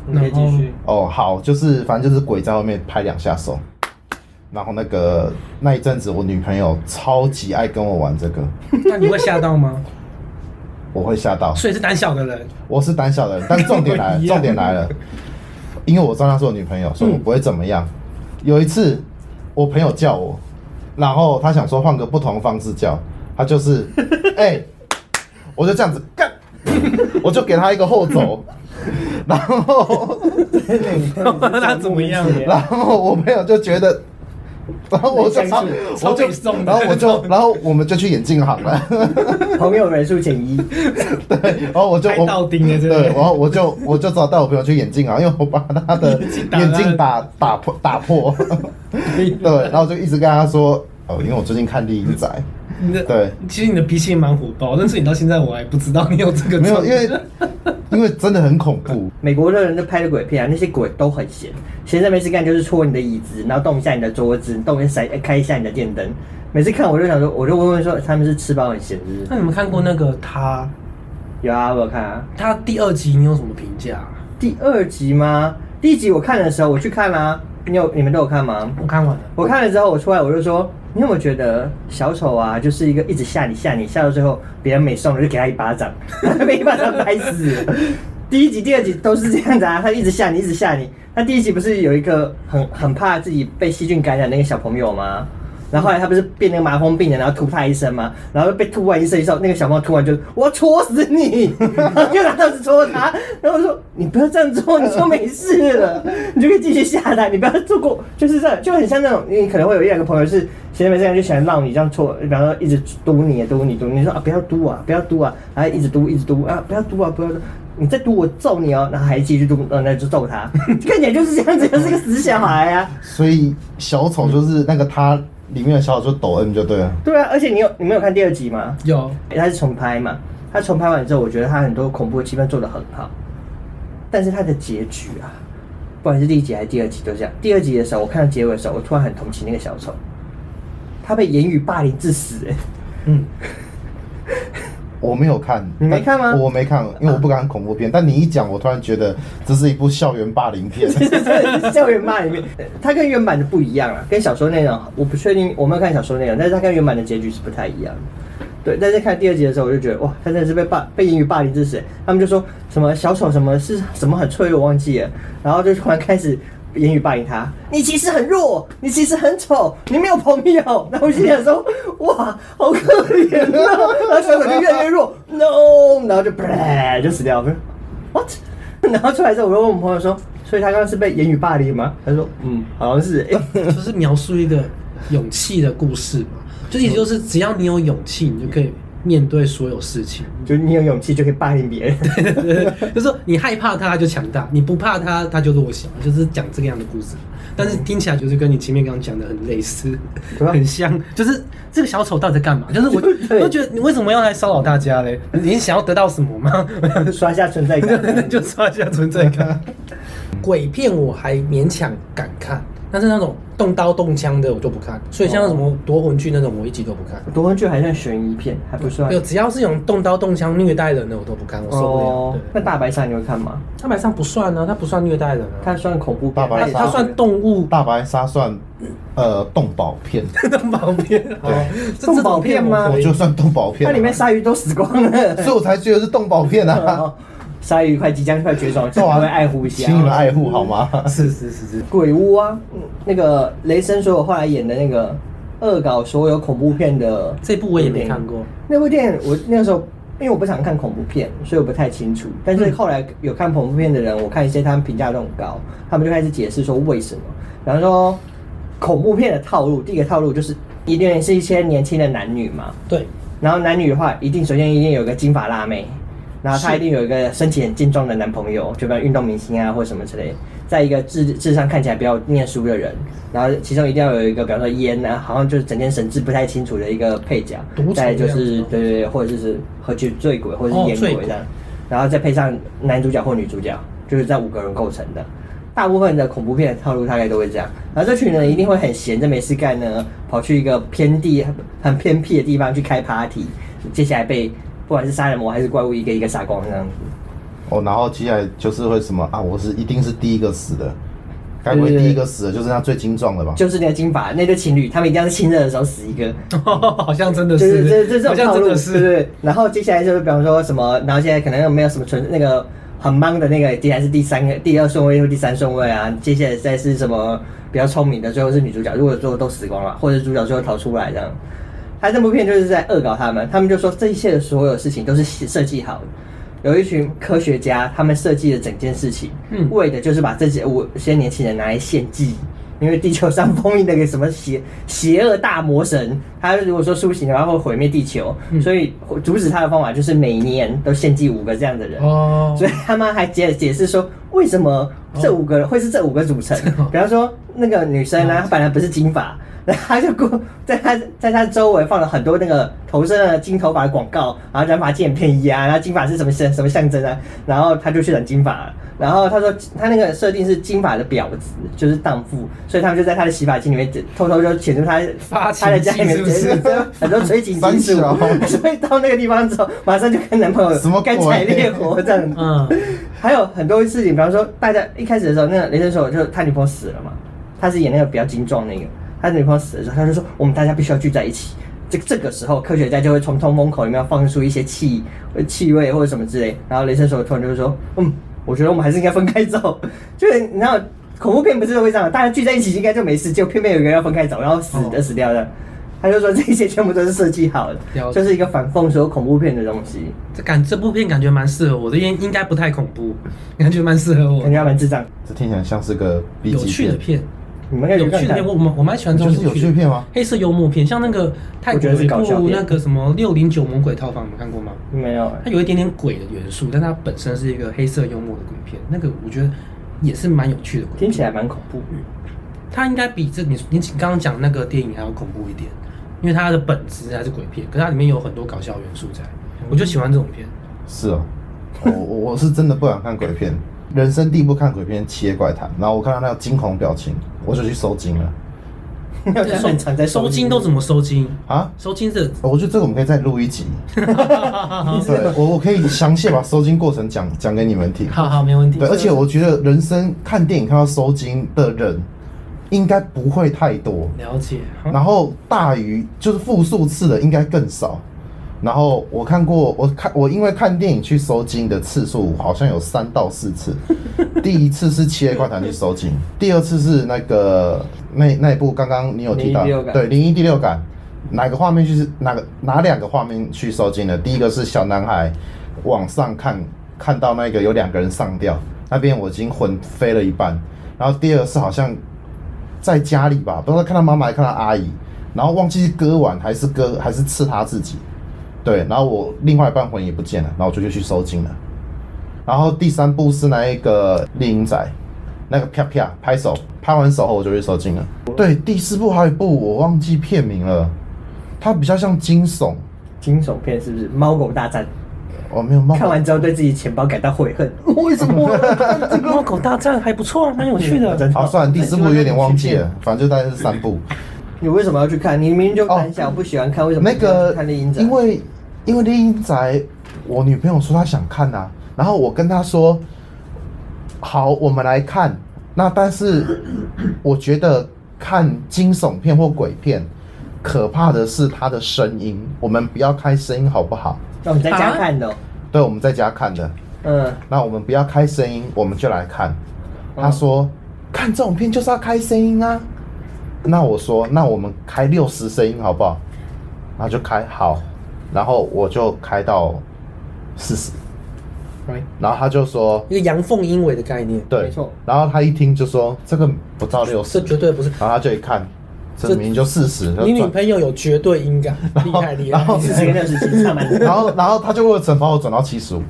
A: 你可以继续。
B: 哦，好，就是反正就是鬼在后面拍两下手，然后那个那一阵子我女朋友超级爱跟我玩这个，
C: 那你会吓到吗？
B: 我会吓到。
C: 所以是胆小的人，
B: 我是胆小的人，但重点来了，
C: 跟我 一样嗯
B: 重点来了，因为我知道她是我女朋友，所以我不会怎么样。有一次，我朋友叫我，然后他想说换个不同方式叫，他就是， 哎、我就这样子干，我就给他一个后走， 然后。
C: 那怎么样？
B: 然后我朋友就觉得，然后我就
A: 没相信
B: 我
C: 超
B: 就
C: 北宋的
B: 然后我就然后我们就去眼镜行了，
A: 朋友人数减一，
B: 对，然后我就
C: 拍
B: 我
C: 到钉的真的
B: 对，然后我就我就只好带我朋友去眼镜行，因为我把他的
C: 打
B: 眼镜打打破打破，对，然后我就一直跟他说，哦，因为我最近看《丽英仔》，
C: 你的
B: 对，
C: 其实你的脾气蛮火爆，但是你到现在我还不知道你有这个
B: 没有，
C: 状态
B: 因为因为真的很恐怖。
A: 美国的人都拍的鬼片啊，那些鬼都很闲，闲着没事干就是戳你的椅子，然后动一下你的桌子，动一下开一下你的电灯。每次看我就想说，我就问问说他们是吃饱很闲是不
C: 那
A: 是？
C: 你们看过那个他？
A: 有啊，我有看啊。
C: 他第二集你有什么评价？
A: 第二集吗？第一集我看的时候我去看啦、你有你们都有看吗？
C: 我看完了，
A: 我看了之后，我出来我就说，你有没有觉得小丑啊，就是一个一直吓你吓你，吓到最后别人没送了就给他一巴掌， 被一巴掌拍死了。第一集、第二集都是这样子啊，他一直吓你，一直吓你。那第一集不是有一个很很怕自己被细菌感染的那个小朋友吗？然后后来他不是变那个麻风病人，然后吐他一身吗？然后被吐完一身之后，那个小朋友突然就我要戳死你， 然后就拿刀子戳他。然后我说你不要这样做，你就没事了， 你就可以继续吓他，你不要做过，就是这样，就很像那种你可能会有一两个朋友是闲着没事干就喜欢闹你这样戳，比方说一直嘟你嘟你嘟你，你说啊不要嘟啊不要嘟啊，然后一直嘟一直嘟啊不要嘟啊不要嘟。你再嘟我揍你哦，然后还继续嘟，然后那就揍他， 看起来就是这样子，就是个死小孩啊。
B: 所以小丑就是那个他里面的小丑就抖 M 就对了。
A: 对啊，而且你有你没有看第二集吗？
C: 有
A: 他是重拍嘛，他重拍完之后，我觉得他很多恐怖的气氛做得很好，但是他的结局啊，不管是第一集还是第二集都这样。第二集的时候，我看到结尾的时候，我突然很同情那个小丑，他被言语霸凌致死、欸，
C: 嗯，
B: 我没有看，
A: 你没看
B: 但
A: 吗
B: 我没看，因为我不敢看恐怖片。但你一讲，我突然觉得这是一部校园霸 凌片。
A: 校园骂里面，它跟原版的不一样啊，跟小说内容我不确定，我没有看小说内容，但是它跟原版的结局是不太一样的。对，但是看第二集的时候，我就觉得哇，他真的是被霸被英语霸凌致死。他们就说什么小丑什么是什么很脆弱，我忘记了，然后就突然开始。言语霸凌他，你其实很弱，你其实很丑，你没有朋友。然后我心里想说， 哇，好可怜啊！然后小丑就越来越弱，no，然后就就死掉了。what？然后出来之后，我就问我朋友说，所以他刚刚是被言语霸凌吗？他说，嗯，好像是。 欸、
C: 就是描述一个勇气的故事嘛，就也就是只要你有勇气，你就可以面对所有事情。
A: 就你有勇气就可以霸凌别人。
C: 就是说你害怕它它就强大，你不怕它它就弱小，就是讲这个样的故事。但是听起来就是跟你前面刚刚讲的很类似，
A: 对啊
C: 很像。就是这个小丑到底在干嘛？就是我，
A: 对
C: 我就觉得你为什么要来骚扰大家嘞？你想要得到什么吗？
A: 刷一下存在感。
C: 就刷一下存在感。
D: 鬼片我还勉强敢看，但是那种动刀动枪的我就不看。所以像那什么夺魂剧那种，我一集都不看。
C: 哦
A: 夺魂剧还算悬疑片，还不算
D: 有。只要是有人动刀动枪虐待人的，我都不看，我受不了。啊
A: 哦
D: 对，
A: 那大白鲨你会看吗？
D: 大白上不算啊，他不算虐待人啊，
A: 它算恐怖片，
B: 大白
A: 它也
B: 鲨
D: 他算动物
B: 大白鲨算呃动保 片，
D: 动保片。
A: 哦
B: 对，
D: 这这种片
A: 动保片吗
D: 我
B: 我
D: 可以
B: 就算动保片
A: 它
B: 啊。
A: 里面鲨鱼都死光 了。
B: 所以我才觉得是动保片啊。
A: 哦鲨鱼快即将快绝种，请各位爱护一下。
B: 请你们爱护好吗？
D: 是是是是，
A: 鬼屋啊，嗯那个雷神所有后来演的那个恶搞所有恐怖片的
C: 这部我也没看过，
A: 那部电影我那个时候，因为我不常看恐怖片，所以我不太清楚。但
C: 嗯
A: 是后来有看恐怖片的人，我看一些他们评价都很高，他们就开始解释说为什么。然后说恐怖片的套路，第一个套路就是一定是一些年轻的男女嘛，
D: 对，
A: 然后男女的话，一定首先一定有个金发辣妹，然后她一定有一个身体很健壮的男朋友，就跟运动明星啊或什么之类。再一个智智商看起来比较念书的人，然后其中一定要有一个，比方说烟啊，好像就是整天神志不太清楚的一个配角
D: 赌场。
A: 再来就是
D: 这样子
A: 对对对，或者就是喝酒醉鬼或者是
D: 哦
A: 烟
D: 醉
A: 鬼
D: 鬼
A: 这样，然后再配上男主角或女主角，就是这五个人构成的。大部分的恐怖片的套路大概都会这样，然后这群人一定会很闲着没事干呢，跑去一个偏地很偏僻的地方去开 party，接下来被不管是杀人魔还是怪物一个一个杀光这样子。
B: 哦，然后接下来就是会什么啊？我是一定是第一个死的，该不会第一个死的就是那最精壮的吧？
A: 就是那个金发那对情侣，他们一定要是亲热的时候死一个，
C: 好像真的
A: 就是
C: 是，
A: 这这这
C: 好
A: 种
C: 像
A: 套
C: 真
A: 路，
C: 的
A: 对
C: 是。
A: 对。然后接下来就是比方说什么，然后现在可能又没有什么存那个很忙的那个，接下来是第三个、第二顺位或第三顺位啊。接下来再是什么比较聪明的，最后是女主角，如果最后都死光了，或者是主角最后逃出来这样。他这部片就是在恶搞他们，他们就说这一切的所有事情都是设计好的。有一群科学家，他们设计的整件事情，
C: 嗯
A: 为的就是把这些五些年轻人拿来献祭，因为地球上封印那个什么邪邪恶大魔神，他如果说苏醒的话会毁灭地球，所以阻止他的方法就是每年都献祭五个这样的人。
C: 哦，
A: 所以他们还解解释说，为什么这五个会是这五个组成？比方说那个女生呢，她本来不是金发， 然后她就过在她在她周围放了很多那个投身了金头发的广告，然后染发剂很便宜啊，然后金发是什么什什么象征啊，然后她就去染金发了。然后她说她那个设定是金发的婊子，就是荡妇，所以他们就在她的洗发精里面偷偷就潜入她
C: 发情
A: 她的家里面，
C: 是不是
A: 很多催情
B: 三
A: 激素
B: 小，
A: 所以到那个地方之后，马上就跟男朋友
B: 什么鬼
A: 干柴烈火这样子。
D: 嗯，
A: 还有很多事情，比方说大家一开始的时候，那个雷神手就他女朋友死了嘛，他是演那个比较精壮那个，他女朋友死的时候，他就说我们大家必须要聚在一起。这这个时候，科学家就会从通风口里面放出一些气呃气味或者什么之类，然后雷神手突然就会说，嗯，我觉得我们还是应该分开走， 就是你知道恐怖片不是都会这样，大家聚在一起应该就没事，就偏偏有一个人要分开走，然后死的死掉的。他就说这些全部都是设计好的，
C: 了解
A: 就是一个反讽所有恐怖片的东西，
C: 这感这部片感觉蛮适合我的，应应该不太恐怖，感觉蛮适合我
A: 感。觉还蛮智障。
B: 这听起来像是个 B
C: 有趣
B: 级
C: 的，片，
A: 你们可以
C: 有
A: 去看
C: 趣的
A: 看
C: 片，我。我蛮我蛮喜欢这种
B: 就是有趣的片吗？
C: 黑色幽默片，像那个泰
A: 我觉
C: 国
A: 得
C: 有
A: 是
C: 一
A: 搞笑
C: 部
A: 片
C: 那个什么《六零九魔鬼套房》，你们看过吗？
A: 没有、欸
C: 它有一点点鬼的元素，但它本身是一个黑色幽默的鬼片，那个我觉得也是蛮有趣的鬼
A: 听
C: 片。
A: 起来蛮恐怖。
C: 它应该比这你你刚刚讲那个电影还要恐怖一点，因为它的本质还是鬼片，可是它里面有很多搞笑元素在，我就喜欢这种片。
B: 是哦，我我我是真的不敢看鬼片，人生地不看鬼片《七夜怪谈》，然后我看到那个惊恐表情，我就去收惊了
A: 要讲很常在
C: 收
A: 收
C: 金 都怎么收金？
B: 啊！
C: 收金是
B: 我觉得这个我们可以再录一集，对我我可以详细把收惊过程讲讲给你们听。
C: 好好没问题
B: 对，。而且我觉得人生看电影看到收惊的人，应该不会太多，
C: 了解，
B: 然后大于就是复数次的应该更少。然后我看过，我看我因为看电影去收金的次数好像有三到四次。第一次是《七夜怪谈》去收金，第二次是那个那那一部刚刚你有提到
A: 零一第六，感
B: 对《零一第六感》，哪个画面去是哪个哪两个画面去收金的？第一个是小男孩往上看，看到那个有两个人上吊，那边我已经魂飞了一半。然后第二个是好像在家里吧，不知道看到妈妈还看到阿姨，然后忘记是割腕还是割还是刺他自己，对，然后我另外一半魂也不见了，然后我就去收金了。然后第三部是那一个猎鹰仔，那个啪啪拍手，拍完手后我就去收金了。对，第四部还有一部我忘记片名了，它比较像惊悚，
A: 惊悚片是不是？猫狗大战，
B: 我、没有梦。
A: 看完之后对自己钱包感到悔恨， 为什么我要看这个？
C: 猫狗大战还不
A: 啊
C: 错，蛮有趣
A: 嗯
C: 的。
B: 好，算了，第四部有点忘记了，反正就大概是三部。
A: 你为什么要去看？你明明就胆小，不喜欢看，为什么
B: 那
A: 一定要
B: 个
A: 去看《猎鹰展》？
B: 因为因为《猎鹰仔》，我女朋友说她想看呐、然后我跟她说，好，我们来看。那但是我觉得看惊悚片或鬼片，可怕的是它的声音，我们不要开声音好不好？
A: 那我们在家看的哦、
B: 对，我们在家看的。
A: 嗯，
B: 那我们不要开声音，我们就来看。他说：“看这种片就是要开声音啊。”那我说：“那我们开六十声音好不好？”然后就开好，然后我就开到四十，
D: Right
B: 然后他就说
D: 一个阳奉阴违的概念：“，
B: 对，
A: 没错
B: 然后他一听就说：“这个不到六十
D: 这。绝对不是”。
B: 然后他就一看，这
D: 这
B: 明明就四十，
D: 你女朋友有绝对音感，厉害厉害
B: 然。后
A: 四 十跟六十七差蛮 多。
B: 然后然后他就为了惩罚我转到七十五，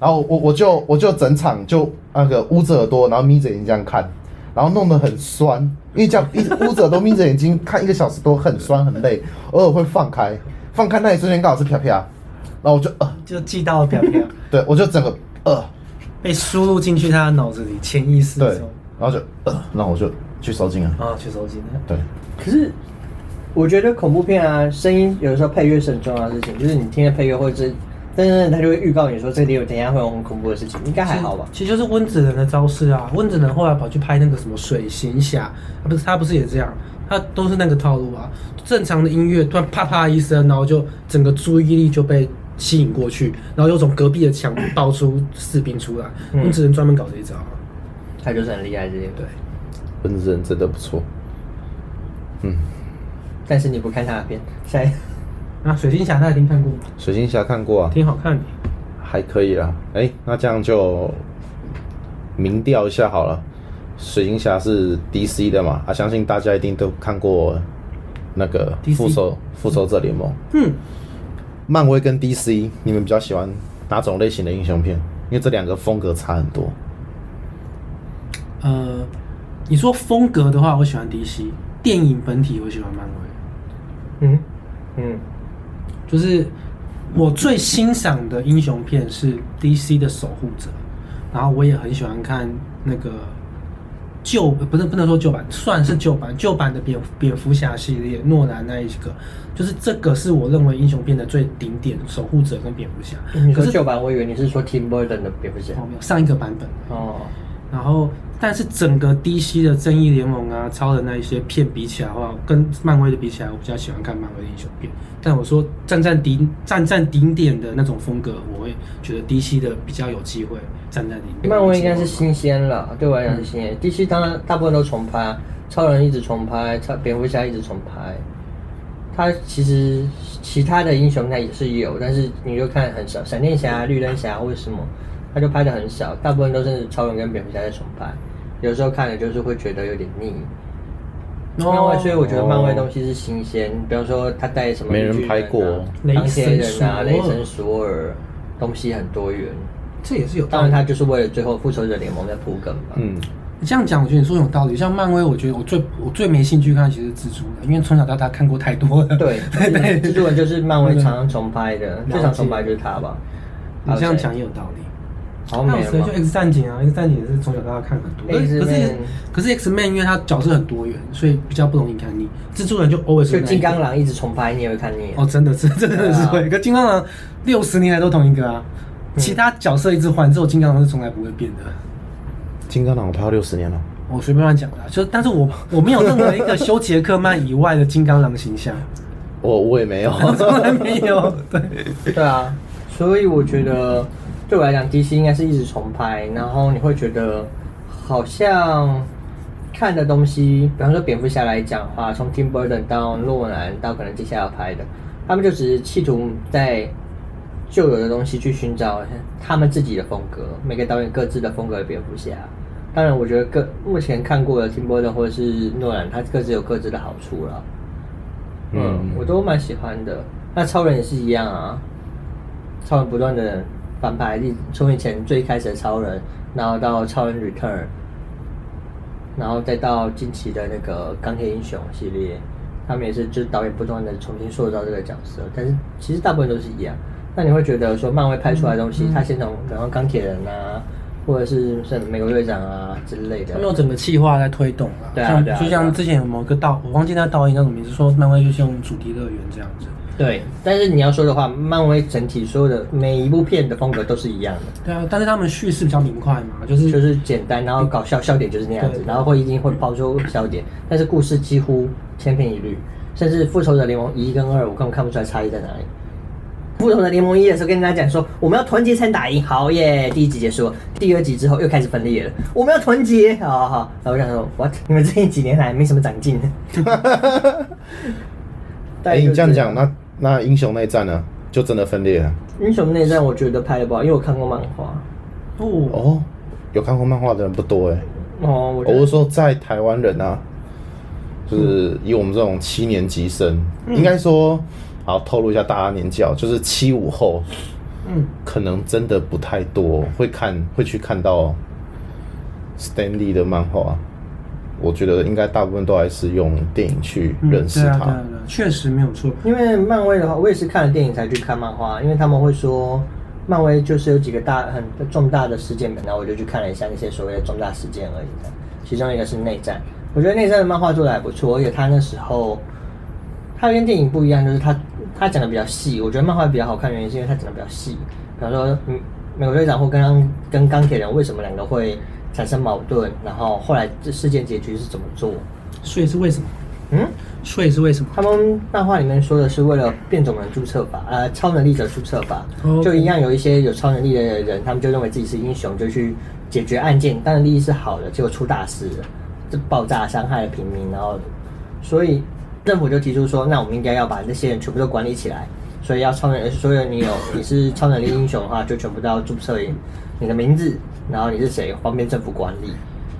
B: 然后我我就我就整场就那个捂着耳朵，然后眯着眼睛这样看，然后弄得很酸，因为这样一直捂着耳朵眯着眼睛看一个小时多很酸很累，偶尔会放开，放开那一瞬间刚好是啪啪，然后我就呃，
C: 就记到了表表，
B: 对我就整个呃，
C: 被输入进去他的脑子里，潜意识
B: 对
C: 中，
B: 然后就呃，然后我就去收金了，
C: 啊，去收集的。
B: 对，
A: 可是我觉得恐怖片啊，声音有的时候配乐是很重要的事情，就是你听了配乐或者是噔噔噔，他就会预告你说这里有等一下会有很恐怖的事情，应该还好吧？
C: 其实就是温子仁的招式啊。温子仁后来跑去拍那个什么《水行侠》，他不是他不是也这样，他都是那个套路啊。正常的音乐突然啪啪一声，然后就整个注意力就被吸引过去，然后又从隔壁的墙爆出士兵出来。
A: 嗯
C: 温子仁专门搞这一招啊，
A: 他就是很厉害这些。
C: 对，
B: 本人真的不错，嗯，
A: 但是你不看他的片，下一。
C: 那、水行侠》大家一定看过吗？
B: 水晶侠看过啊
C: 挺好看的。
B: 还可以啦。哎、那这样就明调一下好了。水行侠是 DC 的嘛？啊，相信大家一定都看过那个
C: DC
B: 复仇复仇者联盟。
C: 嗯，
B: 漫威跟 DC，你们比较喜欢哪种类型的英雄片？因为这两个风格差很多。
C: 呃，你说风格的话，我喜欢 DC；电影本体，我喜欢漫威。
D: 嗯嗯，
C: 就是我最欣赏的英雄片是 DC 的《守护者》，然后我也很喜欢看那个旧，呃不是不能说旧版，算是旧版，旧版的蝙蝙蝠侠系列，诺兰那一个，就是这个是我认为英雄片的最顶点，《守护者》跟蝙蝠侠
A: 嗯你。
C: 可
A: 说
C: 是
A: 旧版，我以为你是说 Tim Burton 的蝙蝠侠。
C: 哦没有上一个版本，
A: 哦，
C: 然后，但是整个 DC 的正义联盟啊、超人那一些片比起来的话，跟漫威的比起来，我比较喜欢看漫威的英雄片。但我说站站顶站站顶点的那种风格，我会觉得 DC 的比较有机会站在顶点。
A: 漫威应该是新鲜
C: 嗯
A: 了，对我来讲是新鲜。DC 当然大部分都重拍，超人一直重拍，超蝙蝠侠一直重拍。他其实其他的英雄他也是有，但是你就看很少，闪电侠、绿灯侠为什么他就拍的很少，大部分都是超人跟蝙蝠侠在重拍，有时候看了就是会觉得有点腻。
C: 哦
A: 漫威，所以我觉得漫威东西是新鲜，比方说他带什么
B: 没
A: 绿
B: 人
A: 巨
B: 拍
A: 啊
B: 过
C: 雷
A: 钢铁
C: 神
A: 人啊、
C: 索
A: 雷
C: 尔
A: 神索尔，东西很多元。
C: 这也是有
A: 当
C: 道理
A: 然，。他就是为了最后复仇者联盟在铺梗嘛。
B: 嗯，
C: 你这样讲，我觉得你说有道理。像漫威，我觉得我最我最没兴趣看其实是蜘蛛的，因为从小到大看过太多了。
A: 对，
C: 对嗯
A: 蜘蛛人就是漫威常常重拍的，
C: 解
A: 最常重拍就是他吧。
C: 你这样讲也有道理。
A: 好哦像
C: 那
A: 没
C: 我
A: 有
C: 谁
A: 吗
C: 就 X 战警啊，X 战警也是从小到大看很多，可是可
A: X-Men
C: 是可是 X Man 因为它角色很多元，所以比较不容易看腻。蜘蛛人就 always
A: 就
C: 有那一个
A: 金刚狼一直重拍，你也会看腻。
C: 哦，真的是真的是
A: 对
C: 会，可金刚狼六十年来都同一个啊，其他角色一直换，只有金刚狼是从来不会变的。
B: 金刚狼我拍到六十年了，
C: 我随便乱讲的啊，就但是我我没有任何一个修杰克曼以外的金刚狼形象，
B: 我我也没有。
C: 从来没 有。对，
A: 对啊，所以我觉得对我来讲，DC 应该是一直重拍，然后你会觉得好像看的东西，比方说蝙蝠侠来讲的话，从 Tim Burton 到诺兰到可能接下来要拍的，他们就只是企图在旧有的东西去寻找他们自己的风格，每个导演各自的风格的蝙蝠侠。当然，我觉得各目前看过的 Tim Burton 或者是诺兰，他各自有各自的好处了。嗯
B: 嗯，
A: 我都蛮喜欢的。那超人也是一样啊，超人不断的翻拍，一从以前最开始的超人，然后到超人 Return，然后再到近期的那个钢铁英雄系列，他们也是就是导演不断的重新塑造这个角色，但是其实大部分都是一样。那你会觉得说漫威拍出来的东
C: 嗯
A: 西，他先从然后钢铁人啊，或者是像美国队长啊之类的
C: 他，们有整个企划在推动啊，
A: 对啊对啊对
C: 像就
A: 啊
C: 像之前有某个导，我忘记那导演叫什么名字，说漫威就是用主题乐园这样子。
A: 对。但是你要说的话，漫威整体所有的每一部片的风格都是一样的。
C: 对啊，但是他们叙事比较明快嘛，就是
A: 就是简单，然后搞笑，笑点就是那样子
C: 对，
A: 然后会一定会抛出笑点，但是故事几乎千篇一律，甚至复仇者联盟一跟二，我根本看不出来差异在哪里。复仇者联盟一的时候跟大家讲说，我们要团结才能打赢，好耶！第一集结束了，第二集之后又开始分裂了，我们要团结，好好好。然后我想说，what？你们这几年来没什么长进。
B: 哎，你这样，讲，那那英雄内战呢，就真的分裂了。
A: 英雄内战我觉得拍的不好，因为我看过漫画。
C: 哦
B: 哦，有看过漫画的人不多哎、
A: 哦，我觉
B: 我
A: 得
B: 是说在台湾人啊，就是以我们这种七年级生，
C: 嗯
B: 应该说，好透露一下大家年纪哦，就是七五后，
C: 嗯，
B: 可能真的不太多会看会去看到 Stanley 的漫画。啊我觉得应该大部分都还是用电影去
C: 嗯
B: 认识
C: 对啊，对
B: 他
C: 啊，。对啊，确实没有错。
A: 因为漫威的话，我也是看了电影才去看漫画，因为他们会说漫威就是有几个大很重大的事件嘛，然后我就去看了一下那些所谓的重大事件而已的。其中一个是内战，我觉得内战的漫画做的还不错，而且他那时候他跟电影不一样，就是他他讲的比较细。我觉得漫画比较好看，原因是因为他讲的比较细。比方说，嗯，美国队长或跟钢跟钢铁人为什么两个会产生矛盾，然后后来这事件结局是怎么做？
C: 税是为什么？
A: 嗯。
C: 税是为什么？
A: 他们漫画里面说的是为了变种人注册法，呃，超能力者注册法
C: OK
A: 就一样有一些有超能力的人，他们就认为自己是英雄，就去解决案件，当然利益是好的，结果出大事了，这爆炸伤害了平民，然后，所以政府就提出说，那我们应该要把这些人全部都管理起来，所以要超能，所有你有你是超能力英雄的话，就全部都要注册你的名字，然后你是谁，方便政府管理，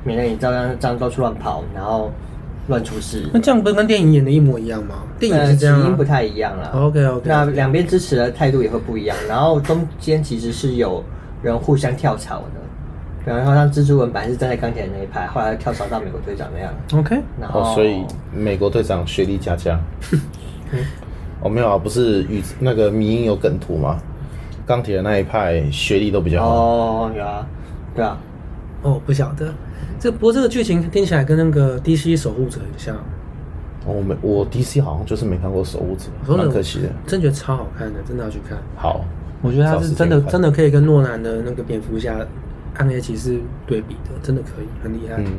A: 免得你这样这样到处乱跑，然后乱出事。
C: 那这样不是跟电影演的一模一样吗？电影
A: 呃，
C: 是这样、
A: 起因
C: 啊
A: 不。太一样了。
C: OK，OK
A: 那两边支持的态度也会不一样，然后中间其实是有人互相跳槽的，比方说像蜘蛛人本来是站在钢铁人那一派，后来跳槽到美国队长那样，
C: OK，
A: 然后、
B: 哦，所以美国队长学历加加。
C: 嗯
B: 哦，没有啊，不是与那个迷因有梗图吗？钢铁的那一派学历都比较好。
A: 哦，有啊，对啊，
C: 哦，不晓得。这不过这个剧情听起来跟那个 DC 守护者很像，
B: 哦我没，我 DC 好像就是没看过守护者，
C: 我说
B: 蛮
C: 那
B: 可惜的。
C: 真觉得超好看的，真的要去看。
B: 好，
C: 我觉得他
B: 找
C: 是
B: 时
C: 真
B: 间
C: 的
B: 看
C: 真的可以跟诺兰的那个蝙蝠侠、暗黑骑士对比的，真的可以，很厉害。
B: 嗯，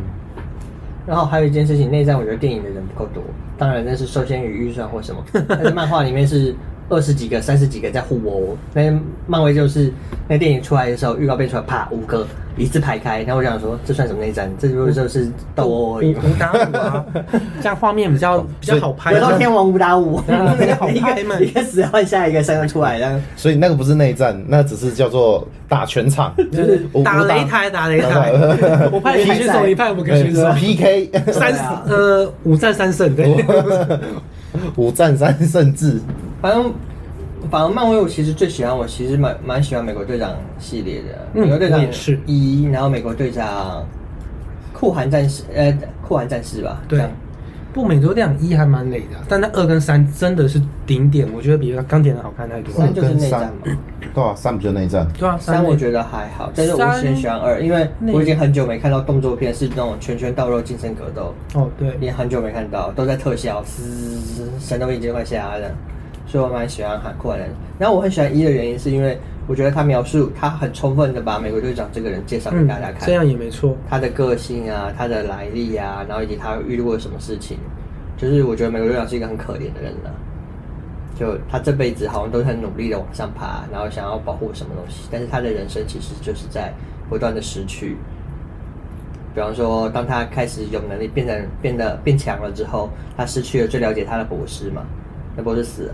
A: 然后还有一件事情，内战我觉得电影的人不够多，当然那是受限于预算或什么，但是漫画里面是二十几个、三十几个在互殴，那漫威就是那电影出来的时候，预告片出来啪五个一字排开，然后我想说这算什么内战？这不就是斗殴而
C: 武
A: 已吗？
C: 武打五 啊，这样画面比较比较好拍
A: 有到
C: 啊。
A: 天王五打五，
C: 好
A: 一
C: 拍嘛
A: 个一个死换下一个三个出来，然后
B: 所以那个不是内战，那只是叫做打全场，
C: 就是
B: 我
C: 打
B: 我
C: 擂台，打擂
B: 打
C: 台
B: 擂，
C: 我派一个选手，你派五个选手，
B: 呃 PK
C: 三十呃五战三胜，对，
B: 五战三胜制。
A: 反正，反正漫威我其实最喜欢，我其实蛮蛮喜欢美国队长系列的。
C: 嗯
A: 美国队
C: 我
A: 长
C: 也是
A: 一，然后美国队长酷寒战士，呃，酷寒战士吧，这
C: 对
A: 样。
C: 不，美洲队长一还蛮累的啊，但那二跟三真的是顶点，我觉得比钢铁人好看太多了
A: 三。就是内战嘛
B: 跟三，对啊，三不就内战？
C: 对啊，
A: 三我
C: 得
A: 觉得还好，但是我
C: 三
A: 是很喜欢二，因为
C: 内
A: 我已经很久没看到动作片是那种拳拳到肉、近身格斗，
C: 哦对，
A: 也很久没看到，都在特效，嘶，神都已经快瞎了。所以我蛮喜欢韩国人，然后我很喜欢一的原因是因为我觉得他描述他很充分的把美国队长这个人介绍给大家看，
C: 嗯这样也没错。
A: 他的个性啊，他的来历啊，然后以及他遇过什么事情，就是我觉得美国队长是一个很可怜的人了、就他这辈子好像都很努力的往上爬，然后想要保护什么东西，但是他的人生其实就是在不断的失去。比方说，当他开始有能力变得变得变强了之后，他失去了最了解他的博士嘛，那博士死了。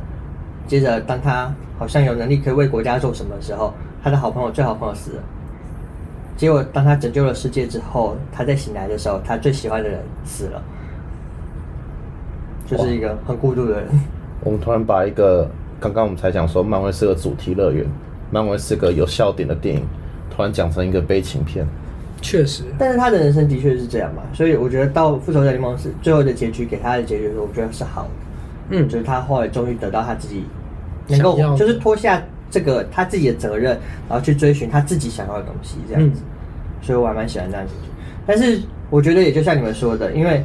A: 接着，当他好像有能力可以为国家做什么的时候，他的好朋友最好朋友死了。结果当他拯救了世界之后，他在醒来的时候，他最喜欢的人死了，就是一个很孤独的人。
B: 我们突然把一个刚刚我们才讲说漫威是个主题乐园，漫威是个有笑点的电影，突然讲成一个悲情片。
D: 确实，
A: 但是他的人生的确是这样嘛，所以我觉得到《复仇者联盟》是最后的结局，给他的结局，我觉得是好的。
C: 嗯
A: 就是他后来终于得到他自己
C: 想
A: 能够
C: 要，的
A: 就是脱下这个他自己的责任，然后去追寻他自己想要的东西，这样
C: 嗯
A: 子。所以我还蛮喜欢这样子。但是我觉得也就像你们说的，因为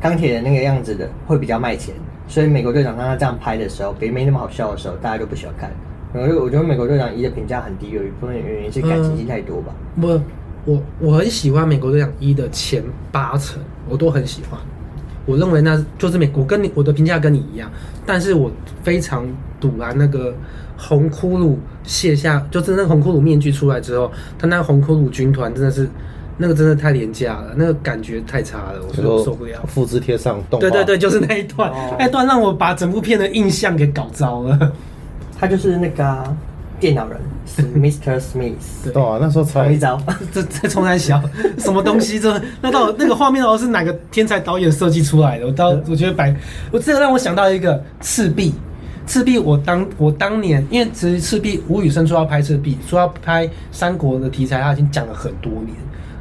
A: 钢铁人那个样子的会比较卖钱，所以美国队长当他这样拍的时候，别没那么好笑的时候，大家就不喜欢看。我觉得我觉得美国队长一的评价很低，有一部分原因是感情戏太多吧。
C: 我我我很喜欢美国队长一的前八成，我都很喜欢。我认为那就是美，我跟你我的评价跟你一样，但是我非常堵拦那个红骷髅卸下，就是那个红骷髅面具出来之后，他那个红骷髅军团真的是，那个真的太廉价了，那个感觉太差了，我
B: 这
C: 觉得我受不
B: 个
C: 了。
B: 复制贴上动画，
C: 对对对，，就是那一段，
A: 哦
C: 那一段让我把整部片的印象给搞糟了。
A: 他就是那个啊、电脑人 Mr. Smith，
C: 对
B: 对啊，那时候
A: 同
B: 才
A: 一 招。
C: 这这冲山小什么东西？这那到底那个画面到哦底是哪个天才导演设计出来的？我
B: 嗯
C: 到我觉得白，我这个让我想到一个赤壁。赤壁，我当我当年，因为其实赤壁吴宇森说要拍赤壁，说要拍三国的题材，他已经讲了很多年，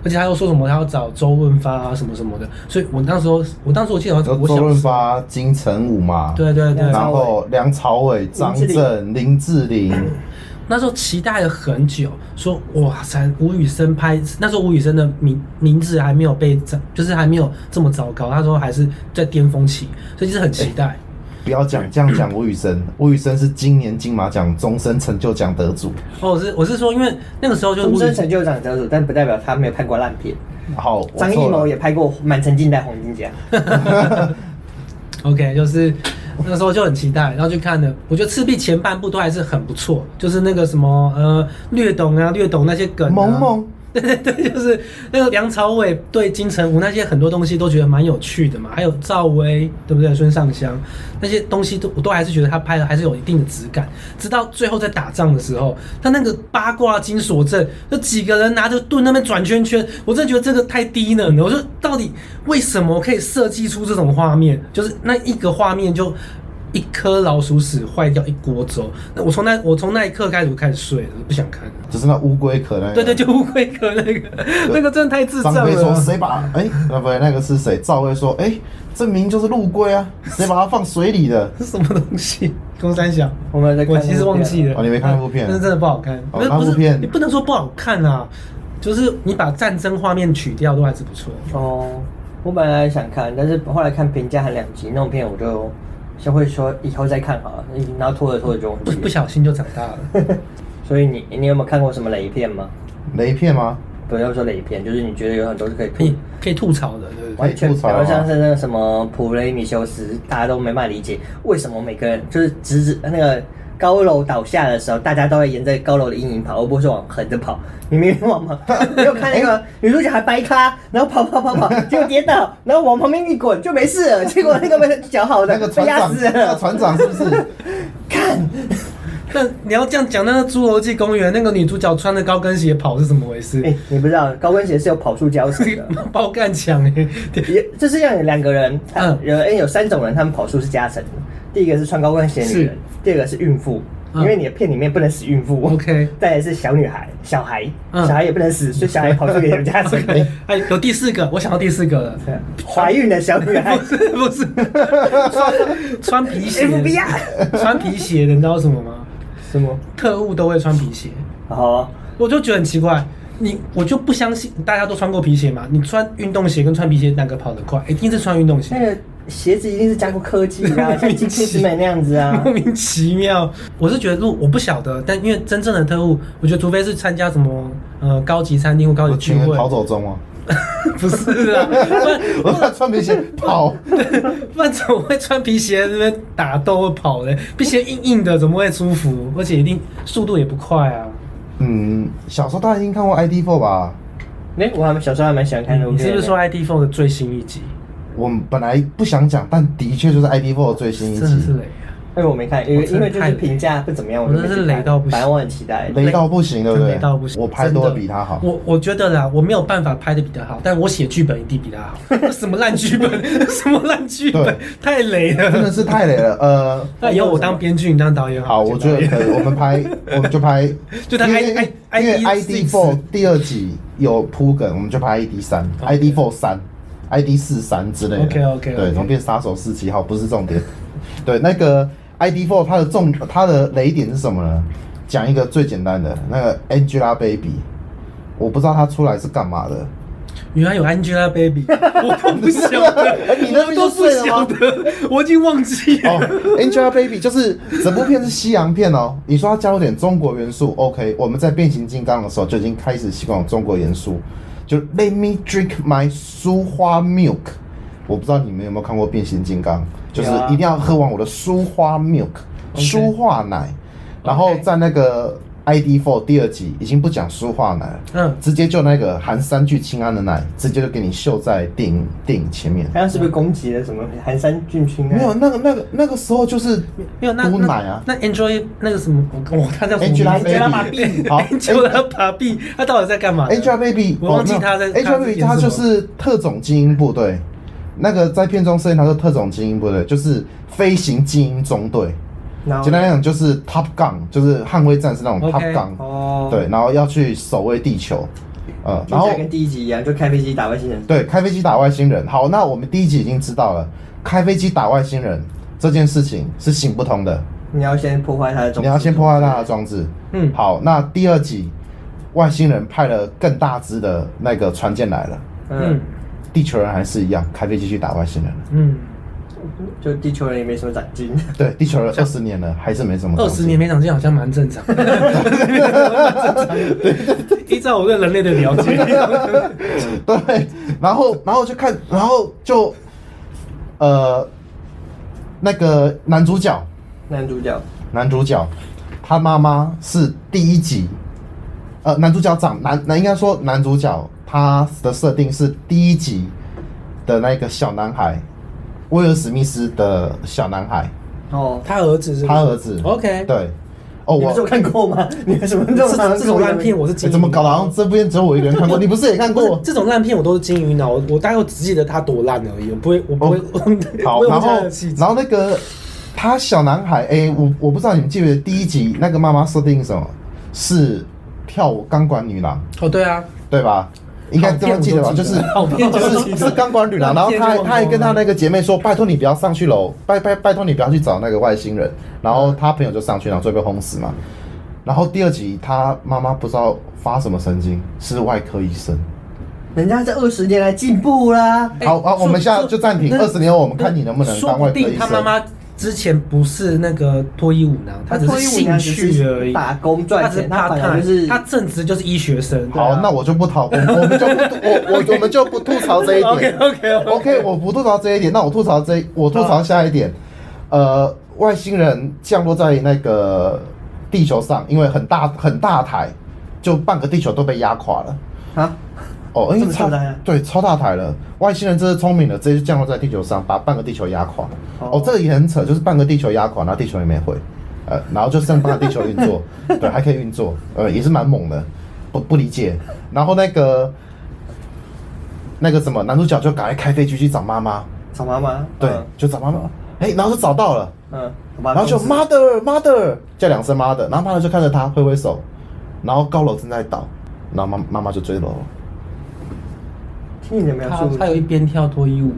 C: 而且他又说什么他要找周润发啊什么什么的，所以我当时候，我当时我记得我
B: 有
C: 我小
B: 周润发、金城武嘛，
C: 对对对，
B: 然后梁朝伟、张震、林志玲，
C: 那时候期待了很久，说哇塞，吴宇森拍那时候吴宇森的名名字还没有被这，就是还没有这么糟糕，那时候还是在巅峰期，所以就是很期
B: 哎
C: 待。
B: 不要讲这样讲吴宇森，吴宇森是今年金马奖终身成就奖得主。
C: 哦，我是我是说，因为那个时候就
A: 终
C: 吴宇
A: 身成就奖得主，但不代表他没有拍过烂片。
B: 好，我
A: 张艺
B: 错了
A: 谋也拍过《满城尽带黄金甲》，
C: OK，就是那时候就很期待，然后去看了。我觉得《赤壁》前半部都还是很不错，就是那个什么呃略懂啊，略懂那些梗、啊，
B: 萌萌，
C: 对对 对，就是那个梁朝伟对金城武那些很多东西都觉得蛮有趣的嘛，还有赵薇，对不对？孙尚香那些东西都我都还是觉得他拍的还是有一定的质感。直到最后在打仗的时候，他那个八卦金锁阵，就几个人拿着盾那边转圈圈，我真的觉得这个太低能了。我说到底为什么可以设计出这种画面？就是那一个画面就一颗老鼠屎坏掉一锅粥。那我从那我从那一刻开始我开始睡了，不想看了。
B: 只是那乌龟壳那个。
C: 对对，就乌龟壳那个，那个真的太智障
B: 张飞说
A: 啊
C: 了。
B: 谁把哎，那不对，那个是谁？赵薇说哎，证明就是陆龟啊，谁把它放水里的？
C: 是什么东西？公三小，
A: 我们在看
C: 我其实忘记了。
B: 哦你没看那部片
C: 但是真的不好看。
B: 哦
C: 不是
B: 那部
C: 不是
B: 片
C: 你不能说不好看啊，就是你把战争画面取掉，都还是不错。
A: 哦，我本来想看，但是后来看评价和两集那种片，我就先会说以后再看好了，然后拖着拖着就忘
C: 不
A: 记
C: 不
A: 了。
C: 小心就长大 了。
A: 所以你你有没有看过什么雷片吗？
B: 雷片吗？
A: 不要说雷片，就是你觉得有很多是可以
C: 可
A: 吐
C: 以可以吐槽的，对不对？
A: 完全，
B: 可以
A: 比
B: 吐槽啊
A: 如像是那个什么普雷米修斯，大家都没办法理解为什么每个人就是直直呃那个高楼倒下的时候，大家都会沿着高楼的阴影跑，而不是往横着跑。你明明往 旁，你有看那
B: 哎
A: 个女主角还掰咖，然后跑跑跑跑，结果跌倒，然后往旁边一滚就没事了，结果那个被脚好
B: 那
A: 的
B: 个
A: 被
B: 船
A: 压
B: 长，
A: 死
B: 那个
A: 了。
B: 船长是不 是？
A: 看，
C: 但你要这样讲，那个《侏罗纪公园》那个女主角穿的高跟鞋跑是怎么回事？
A: 哎、你不知道高跟鞋是有跑速胶质的。
C: 包干墙哎！
A: 也这世界上有两个人，
C: 嗯
A: 嗯，有哎有三种人，他们跑速是加成的。第一个是穿高跟鞋的女人
C: 是，
A: 第二个是孕妇，
C: 嗯
A: 因为你的片里面不能死孕妇。
C: OK
A: 再来是小女孩、小孩，
C: 嗯
A: 小孩也不能死，所以小孩跑速也有加成。
C: OK，哎，有第四个，我想到第四个了，
A: 对 怀孕的小 女孩
C: 哎不是不是， 穿穿皮鞋
A: ，FBI
C: 穿皮鞋的，你知道什么吗？
A: 什么？
C: 特务都会穿皮鞋，
A: 哦，
C: 我就觉得很奇怪。你我就不相信大家都穿过皮鞋嘛？你穿运动鞋跟穿皮鞋哪个跑得快？一定是穿运动鞋
B: 哎
A: 那。个鞋子一定是加过科技的 啊，像金瓶之美那样子啊
C: 莫。名其妙。我是觉得，如果我不晓得，但因为真正的特务，我觉得除非是参加什么呃高级餐厅或高级
B: 有
C: 聚
B: 群人
C: 会，
B: 逃走中吗？
C: 不是啊，不然
B: 我在穿皮鞋跑，
C: 不然怎么会穿皮鞋在那边打斗或跑嘞？皮鞋硬硬的，怎么会舒服？而且一定速度也不快啊。
B: 嗯，小时候大家已经看过 ID Four 吧？
A: 哎、我还小时候还蛮喜欢
B: 哎
A: 看那部
C: 你是
A: 片
C: 不
A: 的
C: 是说 ID Four 的最新一集？
B: 我们本来不想讲，但的确就是 ID Four 最新一
C: 真的是
B: 集，
C: 雷啊，
A: 因为我没看，因为
C: 我真的
A: 因为就
C: 太
A: 是
C: 雷
A: 评价不怎么样，我
C: 我
A: 就没
C: 真的是
A: 去
C: 雷
A: 看
C: 到不行
A: 反正我很期待。
B: 雷到不行，对不
C: 真
B: 对？
C: 雷到不行。
B: 我拍都
C: 真
B: 会
C: 的
B: 比他好。
C: 我我觉得啦，我没有办法拍的比他好，但我写剧本一定比他好。 什么烂剧本， 什么烂剧本
B: 对，
C: 太雷了，
B: 真的是太雷了，呃，
C: 那以后我当编剧，你当导演
B: 好，我觉得可以，我们 拍，我们就拍，
C: 就当
B: 因
C: I-
B: 为
C: 哎 I-
B: 因为
C: ID
B: ID
C: six 哦
B: Four 第二集有铺梗，我们就拍 ID 三、ID Four 三、ID 四三之类的。
C: OK，OK，OK
B: 对，怎么变杀手四七号不是重点。对，那个 ID Four 它的重它的雷点是什么呢？讲一个最简单的，那个 Angelababy，我不知道她出来是干嘛的。
C: 原来有 Angelababy，我都不晓得，
B: 你那
C: 我
B: 边就
C: 都不
B: 睡了
C: 晓
B: 吗？
C: 得，我已经忘记了。
B: 哦，Angelababy 就是整部片是西洋片哦。你说它加入点中国元素，OK，我们在变形金刚的时候就已经开始习惯有中国元素，就 Let me drink my 苏花 milk。我不知道你们有没有看过变形金刚，就是
A: 有啊
B: 一定要喝完我的苏花 milk，
C: OK
B: 苏化奶。然后在那个 ID Four 第二集已经不讲苏化奶了，
C: 嗯
B: 直接就那个含三聚氰胺的奶，直接就给你秀在电影电影前面。
A: 刚刚是不是攻击了什么寒山俊君啊？
B: 没有，那个那个那个时候就是
C: 没有那
B: 毒
C: 那
B: 奶啊
C: 那 Angel 那个什么，我我他叫什么
B: Angelababy 好
C: Angelababy，他到底在干嘛
B: Angelababy，
C: 我忘记她在
B: Angelababy，
C: 她
B: 她
C: 是演什么
B: 就是特种精英部队，那个在片中设定她是特种精英部队，就是飞行精英中队。
A: 然后
B: 简单来讲就是 Top Gun，就是捍卫战士那种
C: 哦 OK，
B: Top Gun，、
A: 哦，
B: 对，然后要去守卫地球，呃，
A: 听
B: 然
A: 起
B: 后
A: 来跟第一集一样，就开飞机打外星人。
B: 对开飞机打外星人。好，那我们第一集已经知道了，开飞机打外星人这件事情是行不通的，
A: 你要先破坏它的种子。
B: 你要先破坏他的装置。
C: 嗯
B: 好，那第二集外星人派了更大只的那个船舰来了。
A: 嗯
C: 嗯，
B: 地球人还是一样开飞机去打外星人了。
C: 嗯，
A: 就地球人也没什么长进。
B: 对，地球人二十年了，还是没什么
C: 二
B: 东西。
C: 十年没长进好像蛮 正常， 依照我对人类的了解，
B: 对，然后然后就看，然后就呃，那个男主角，
A: 男主角
B: 男主角他妈妈是第一集，呃，男主角长男男应该说男主角他的设定是第一集的那个小男孩，威尔史密斯的小男孩，
A: 哦，
D: 他儿子是不是
B: 他儿子。
D: OK
B: 对，哦，
A: 你
B: 我
A: 们有看过吗？你们什么这种
D: 这这种烂片我是
B: 欸
D: 金鱼
B: 怎么搞的？好像这部片只有我一个人看过，你不是也看
D: 不是
B: 过？
D: 这种烂片我都是金鱼脑， 我我大概只记得它多烂而已，我不会我不会
B: 好，
D: 我也
B: 然
D: 不知道
B: 后
D: 它的细节
B: 然后那个他小男孩，哎、我我不知道你们记不记得第一集那个妈妈设定是什么？是跳舞钢管女郎，
D: 哦，对啊，
B: 对吧？应该这么记得吧？就是
C: 好骗
B: 就
C: 我都
B: 是
C: 记得
B: 是钢管女郎，然后她还她还跟她那个姐妹说：“拜托你不要上去楼，拜拜拜托你不要去找那个外星人。”然后她朋友就上去，然后最后被轰死嘛。然后第二集她妈妈不知道发什么神经，是外科医生。
A: 人家这二十年来进步啦，
B: 好好，
C: 哎说
B: 我们现在就暂停，
C: 那
B: 二十年后我们看你能不能
C: 说
B: 当
C: 不
B: 外科医
C: 定
B: 生。
C: 他妈妈之前不是那个脱衣舞郎，他只
A: 脱
C: 是
A: 衣舞娘
C: 兴
A: 只是
C: 趣而已，
A: 打工
C: 他
A: 赚
C: 只是
A: 钱，他
C: part
A: 反而
C: time，
A: 就是
C: 他正职就是医学生。啊
B: 好，那我就不讨，我我们就不我我我们就不吐槽 这一
C: OK
B: 点。
C: OK OK，
B: OK，我不吐槽这一点，那我吐槽这一我吐
C: 嗯
B: 槽下一点，呃，外星人降落在那个地球上，因为很大很大台，就半个地球都被压垮了。
A: 啊，
B: 哦，
A: 这
B: 因为
A: 么
B: 超
A: 大台啊
B: 对超大台了，外星人真是聪明了，直接就降落在地球上，把半个地球压垮。
A: 哦
B: 哦，这个也很扯，就是半个地球压垮，然后地球也没毁，呃，然后就剩半个地球运 作，对，还可以运作，呃，也是蛮猛的，不不理解。然后那个那个什么男主角就赶快开飞机去找妈妈，
A: 找妈妈，
B: 对，
A: 嗯
B: 就找妈妈，哎、然后就找到了，
A: 嗯，然
B: 然后就 mother mother 叫两声 mother，然后 mother 就看着他挥挥手，然后高楼正在倒，然后妈妈妈就追楼了。
A: 听你的描
D: 他
A: 述，
D: 他有一边跳脱衣 舞，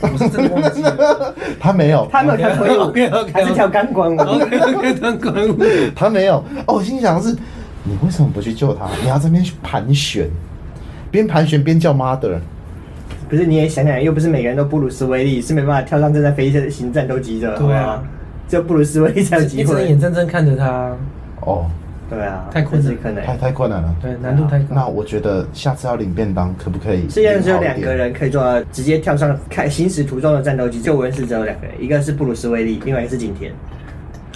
C: 我是真的忘记了。
B: 他没有，
A: 他没有跳脱衣舞，
C: OK，OK，OK
A: 还是跳钢管舞，
C: OK OK，当管舞。
B: 他没有。哦，我心想的是，你为什么不去救他？你要这边盘旋，边盘旋边叫 mother。
A: 不是你也想想，又不是每个人都布鲁斯威利，是没办法跳上正在飞的行战斗机的，
C: 对啊
A: 好不好，只有布鲁斯威利才有
D: 一
A: 机
D: 只能眼
A: 会，
D: 睁睁看着他，
B: 哦，
A: 对啊，
C: 太困难
A: 这是可能。
B: 太太困难了。
D: 对，难度太高。
B: 那我觉得下次要领便当，可不可以？
A: 世界上只有两个。人可以做到直接跳上开行驶途中的战斗机，救援是只有两个人，一个是布鲁斯威利，另外一个是景甜。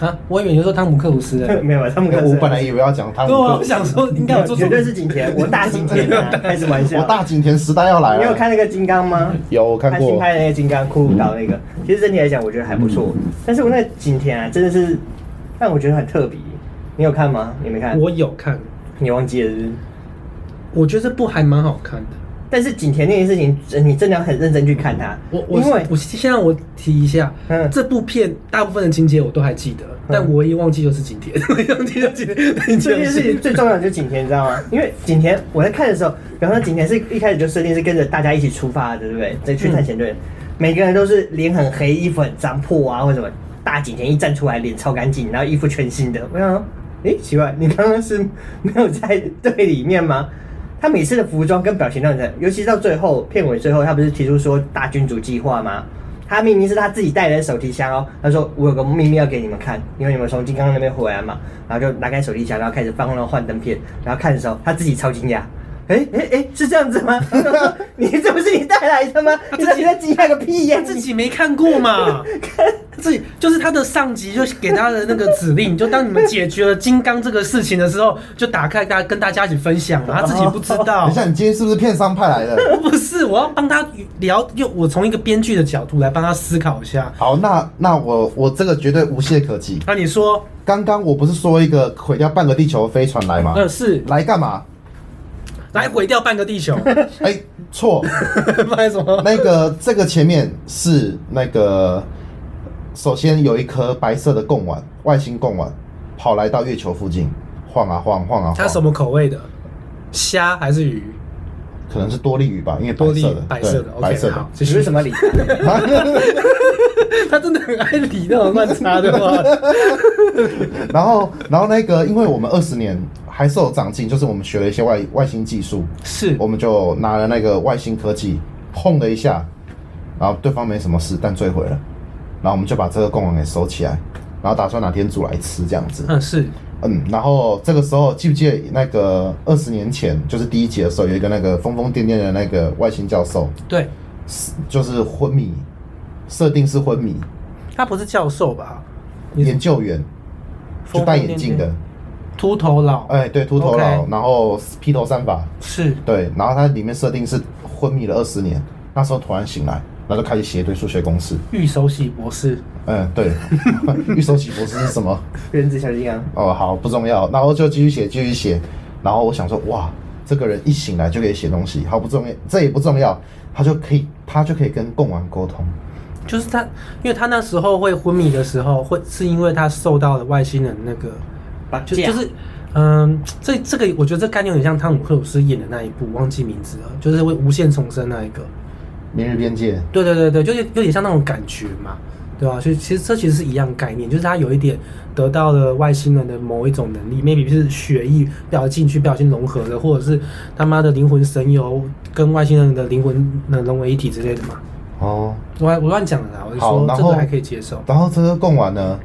D: 啊，我以为你说汤姆克鲁斯的，
A: 没有，他们
B: 哎
A: 看
B: 我本来以为要讲汤姆
C: 对啊，
B: 克
C: 我
B: 鲁斯，
C: 想说应该有
A: 有
C: 做
A: 绝
C: 出
A: 对是景甜，我大景甜啊，开什么玩笑？
B: 我大景田时代要来
A: 你有
B: 了。
A: 看那个金刚吗？
B: 嗯有我看
A: 他新
B: 过，嗯
A: 拍的那个金刚骷髅岛那个，其实整体来讲我觉得还不错，但是我那个景甜啊，真的是让我觉得很特别。你有看吗？你没看？
C: 我有看，
A: 你忘记了是不是？
C: 我觉得这部还蛮好看的。
A: 但是景甜那件事情，呃你真的要很认真去看它。
C: 我我
A: 因为
C: 我先让我提一下
A: 嗯，
C: 这部片大部分的情节我都还记得，但我唯一忘记就是景 甜，唯一忘记就是景
A: 这
C: 甜
A: 件事情 最重要的就是景甜，你知道吗？因为景甜，我在看的时候，比方说景甜是一开始就设定是跟着大家一起出发的，对不对？再去探险队，每个人都是脸很黑，衣服很脏破啊，或者什么。大景甜一站出来，脸超干净，然后衣服全新的。我想说，诶，奇怪，你刚刚是没有在队里面吗？他每次的服装跟表情让人，尤其是到最后片尾最后，他不是提出说大君主计划吗？他明明是他自己带来的手提箱哦，他说我有个秘密要给你们看，因为你们从金刚那边回来嘛，然后就拿开手提箱，然后开始放那种幻灯片，然后看的时候他自己超惊讶，哎哎哎，是这样子吗？ 他说你这不是你带来的吗？你到底在惊讶个屁呀、
C: 他 自己没看过嘛？ 自己就是他的上级就给他的那个指令，就当你们解决了金刚这个事情的时候，就打开大家跟大家一起分享嘛。他自己不知
A: 哦
C: 道
B: 等一，下，你今天是不是片商派 来的？
C: 不是我要帮他聊，用我从一个编剧的角度来帮他思考一下。
B: 好，那那我我这个绝对无懈可击。
C: 那你说，
B: 刚刚我不是说一个毁掉半个地球的飞船来吗？
C: 呃，是
B: 来干嘛？
C: 来毁掉半个地球，
B: 哎、错，
C: 卖什 么？
B: 那个这个前面是那个，首先有一颗白色的贡丸，外星贡丸，跑来到月球附近晃啊晃，晃啊晃。
C: 它什？么口味的？虾还是 鱼？
B: 可能是多利鱼吧，因为白
C: 多利
B: 色的，
C: 白
B: 对
C: 色的，OK，
B: 白色的
C: 好。，
A: 你
C: 这
A: 是
C: 是
A: 什么理？
C: 他真的很爱理那种乱插的话。
B: 然后，然后那个，因为我们二十年还是有长进，就是我们学了一些外外星技术，
C: 是
B: 我们就拿了那个外星科技碰了一下，然后对方没什么事，但坠毁了，然后我们就把这个贡丸给收起来，然后打算哪天煮来吃这样子。
C: 嗯，是
B: 嗯，然后这个时候记不记得那个二十年前，就是第一集的时候，有一个那个疯疯癫癫的那个外星教授，
C: 对，
B: 是就是昏迷，设定是昏迷，
C: 他不是教授吧？你
B: 研究员，就戴眼镜的，
C: 秃头佬，
B: 哎，对，秃头佬
C: OK
B: 然后披头散发，
C: 是
B: 对，然后它里面设定是昏迷了二十年，那时候突然醒来，然后就开始写一堆数学公式，
C: 玉手洗博士，
B: 嗯，对， 玉手洗博士是什么？
A: 原子小金刚，
B: 哦，好，不重要，然后就继续写，继续写。然后我想说，哇，这个人一醒来就可以写东西，好不重要，这也不重要，他就可以，他就可以跟贡丸沟通，
C: 就是他，因为他那时候会昏迷的时候，会是因为他受到了外星人那个，
A: 绑
C: 就
A: 架
C: 就是，嗯，这这个我觉得这概念很像汤姆克鲁斯演的那一部，忘记名字了，就是会无限重生那一个。
B: 明日边界，
C: 对对对对，就有有点像那种感觉嘛，对吧、所以其实这其实是一样概念，就是他有一点得到了外星人的某一种能力，maybe 是血液不小心进去不小心融合了，或者是他妈的灵魂神游跟外星人的灵魂能融为一体之类的嘛。
B: 哦，
C: 我还我乱讲了啦，我就
B: 好
C: 说
B: 然
C: 这
B: 后
C: 个还可以接受。
B: 然后这个贡丸呢，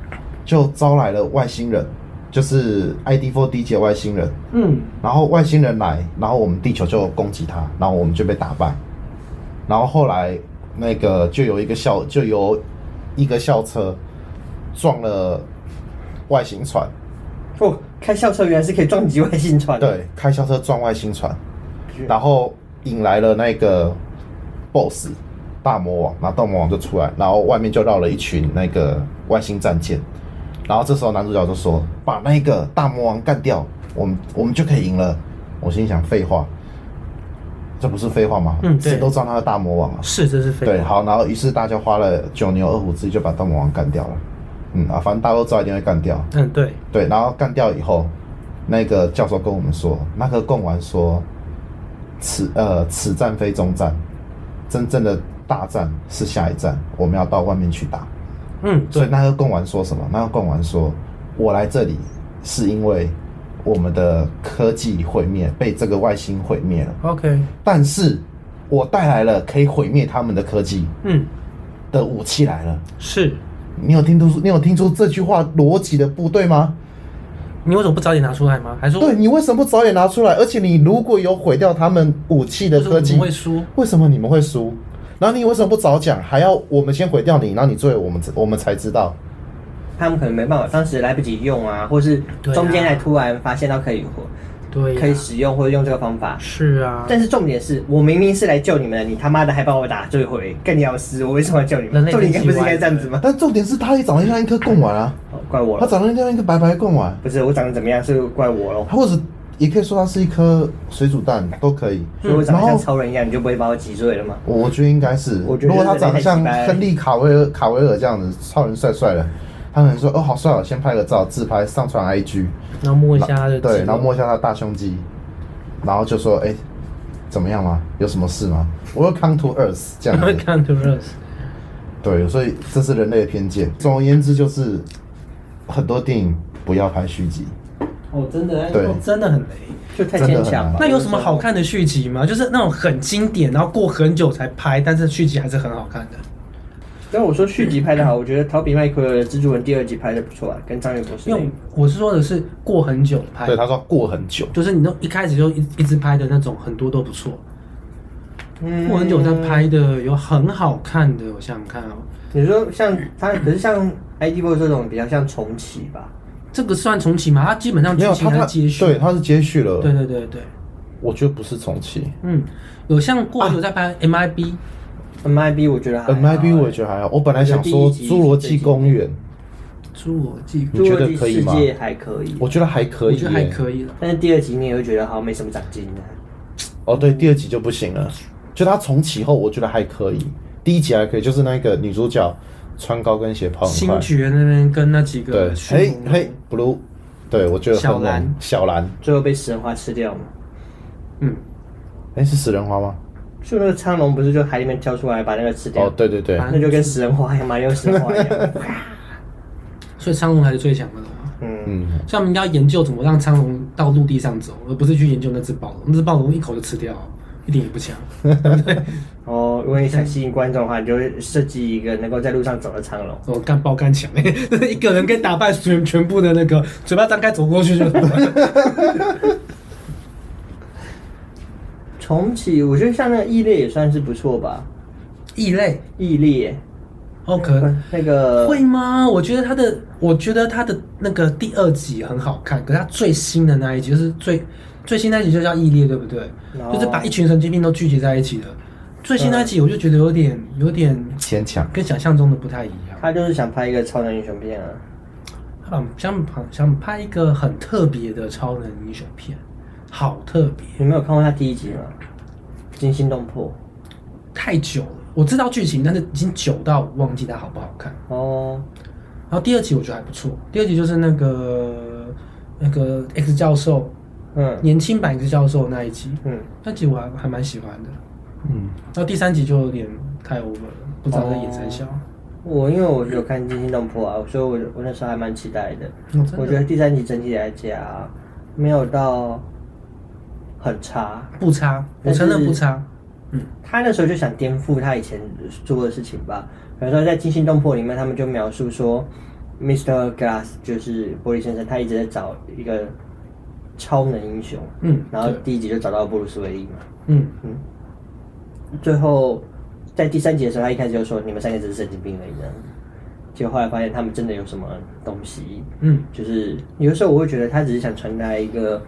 B: 就招来了外星人，就是 ID4D 界外星人。
C: 嗯，
B: 然后外星人来，然后我们地球就攻击他，然后我们就被打败。然后后来那个就有一个校，就有一个校车撞了外星船，
A: 哦，开校车原来是可以撞击外星船。，
B: 对，开校车撞外星船，然后引来了那个 BOSS 大魔王，然后大魔王就出来，然后外面就绕了一群那个外星战舰，然后这时候男主角就说：“把那个大魔王干掉，我们我们就可以赢了。”我心想：废话，这不是废话吗？
C: 嗯对
B: 谁都知道他是大魔王啊。
C: 是这是废话。
B: 对，好，然后于是大家花了九牛二虎之力就把大魔王干掉了。嗯啊，反正大家都知道一定会干掉。
C: 嗯，对，
B: 对，然后干掉以后，那个教授跟我们说，那个贡丸说，此呃此战非终战，真正的大战是下一战，我们要到外面去打。
C: 嗯，
B: 所
C: 对
B: 以，那个贡丸说什么？那个贡丸说，我来这里是因为我们的科技毁灭，被这个外星毁灭了，
C: ，OK，
B: 但是我带来了可以毁灭他们的科技
C: 嗯，
B: 的武器来了。
C: 是。
B: 你有听出你有听出这句话逻辑的不对吗？
C: 你为什么不早点拿出来吗？还说
B: 对你为什么不早点拿出来？而且你如果有毁掉他们武器的
C: 为什么
B: 科
C: 我
B: 技
C: 们，会输？
B: 为什么你们会输？然后你为什么不早讲？还要我们先毁掉你，然后你最后我们我们才知道。
A: 他们可能没办法，当时来不及用啊，或是
C: 对啊
A: 中间还突然发现到可以活、
C: 对呀、啊
A: 可以使用，或者用这个方法。
C: 是啊，
A: 但是重点是我明明是来救你们的，你他妈的还把我打坠毁，更屌丝！我为什么要救你
C: 人
A: 们？
C: 类
A: 重点应该不是应该
C: 很奇怪
A: 这样子吗？
B: 啊但重点是他也长得像一颗贡丸啊，
A: 哦怪我
B: 他
A: 了，
B: 长得像一颗白白贡丸，啊
A: 不是我长得怎么样是怪我喽，
B: 或者也可以说他是一颗水煮蛋都可以。
C: 嗯
A: 所以我长
B: 然
A: 得像
B: 后
A: 超人一样，你就不会把我击碎了吗？
B: 我觉得应该是，
A: 我觉得
B: 如果他长得像
A: 人类很奇怪
B: 亨利卡维尔卡维尔这样子，超人帅帅的，他可能说哦好帅哦，先拍个照自拍上传 IG。
C: 然后摸一下他的
B: 对，
C: 指
B: 然后摸一下他的大胸肌，然后就说：“哎、怎么样吗？有什么事吗？”Welcome to Earth，这样子。
C: 看 to us，
B: 对，所以这是人类的偏见。总而言之，就是很多电影不要拍续集。
C: 哦，真的，
B: 对
C: 哦真的很雷。
A: 就太牵
B: 真的
A: 强
B: 很
A: 了
B: 难。
C: 那有什么好？看的续集吗？就是那种很经典，然后过很久才拍，但是续集还是很好看的。
A: 但我说续集拍的好，我觉得陶比麦奎尔的《蜘蛛人》第二集拍的不错啊，跟章鱼博士
C: 因
A: 那
C: 为
A: 个。
C: 我是说的是过很久拍，
B: 对，他说过很久。
C: 就是你那一开始就一一直拍的那种，很多都不错。
A: 嗯
C: 过很久才拍的有很好看的，我想想看哦，
A: 你说像他，可是像 ID Boy 这种比较像重启吧？
C: 这个算重启吗？它基本上
B: 没
C: 剧
B: 有
C: 情
B: 他，
C: 它
B: 他
C: 是接续，
B: 对，他是接续了。
C: 对对对对，
B: 我觉得不是重启。
C: 嗯，有像过很久在拍
B: 啊
C: MIB，
A: MIB 我觉得还好啊哎
B: MIB 我也觉得还好，我本来想说
A: 我
B: 《
A: 觉得第一集
B: 侏罗纪公园》，
C: 侏罗纪，
B: 你觉得
A: 侏罗纪
B: 可以吗
A: 世界还可以，啊
B: 我觉得还可
C: 我
B: 以、
C: 觉得还可。以了。
A: 但是第二集你也会觉得好像没什么长进的。
B: 哦，对，第二集就不行了。就他重启后，我觉得还可以。第一集还可以，就是那个女主角穿高跟鞋跑很快
C: 星。爵那边跟那几
B: 对
C: 个，迅
B: 嘿
C: 猛龙
B: 嘿，blue，对我觉得很
C: 小
B: 猛
C: 蓝，
B: 小蓝，
A: 最后被食人花吃掉嘛？
C: 嗯，
B: 哎，是食人花吗？
A: 就那个苍龙不是就海里面跳出来把那个吃掉？
B: 哦，对对对，
C: 啊
A: 那就跟食人花一样嘛，用食人花一样。
C: 所以苍龙还是最强的啦。
A: 嗯，
B: 嗯，
C: 所以他们应该研究怎么让苍龙到陆地上走，而不是去研究那只暴龙。那只暴龙一口就吃掉，一点也不强。
A: 哦，如果你想吸引观众的话，你就会设计一个能够在路上走的苍龙。
C: 我哦干爆干强、 欸，一个人可以打败全全部的那个，嘴巴张开走过去就。
A: 重启，我觉得像那个异类也算是不错吧。
C: 异类
A: 异列，
C: 哦，可
A: 不那个
C: 会吗？我觉得他的，我觉得他的那个第二集很好看，可是他最新的那一集就是最最新那一集就叫异列，对不对？
A: 哦
C: 就是把一群神经病都聚集在一起的。最新那一集我就觉得有点有点
B: 牵强。
C: 跟想象中的不太一样。
A: 他就是想拍一个超能英雄片啊。
C: 嗯，想想拍一个很特别的超能英雄片，好特别，
A: 你没有看过他第一集吗？惊心动魄。
C: 太久了。我知道剧情，但是已经久到忘记它好不好看。
A: 哦，
C: 然后第二集我觉得还不错，第二集就是那个那个 X 教授
A: 嗯
C: 年轻版 X 教授那一集，
A: 嗯，
C: 那集我还还蛮喜欢的。
E: 嗯，
C: 然后第三集就有点太 over 了，不知道在演三小。
A: 我因为我有看《惊心动魄》啊，所以我我那时候还蛮期待的。
C: 嗯真的
A: 我觉得第三集整体来讲啊没有到很差，
C: 不差，我
A: 但是
C: 承认不差。嗯
A: 他那时候就想颠覆他以前做的事情吧。比如说在《惊心动魄》里面，他们就描述说，Mr. Glass 就是玻璃先生，他一直在找一个超能英雄，
C: 嗯
A: 然后
C: 对
A: 第一集就找到布鲁斯威利嘛，
C: 嗯，
A: 嗯，最后在第三集的时候，他一开始就说你们三个只是神经病而已这样子，结果后来发现他们真的有什么东西，
C: 嗯，
A: 就是有的时候我会觉得他只是想传达一个，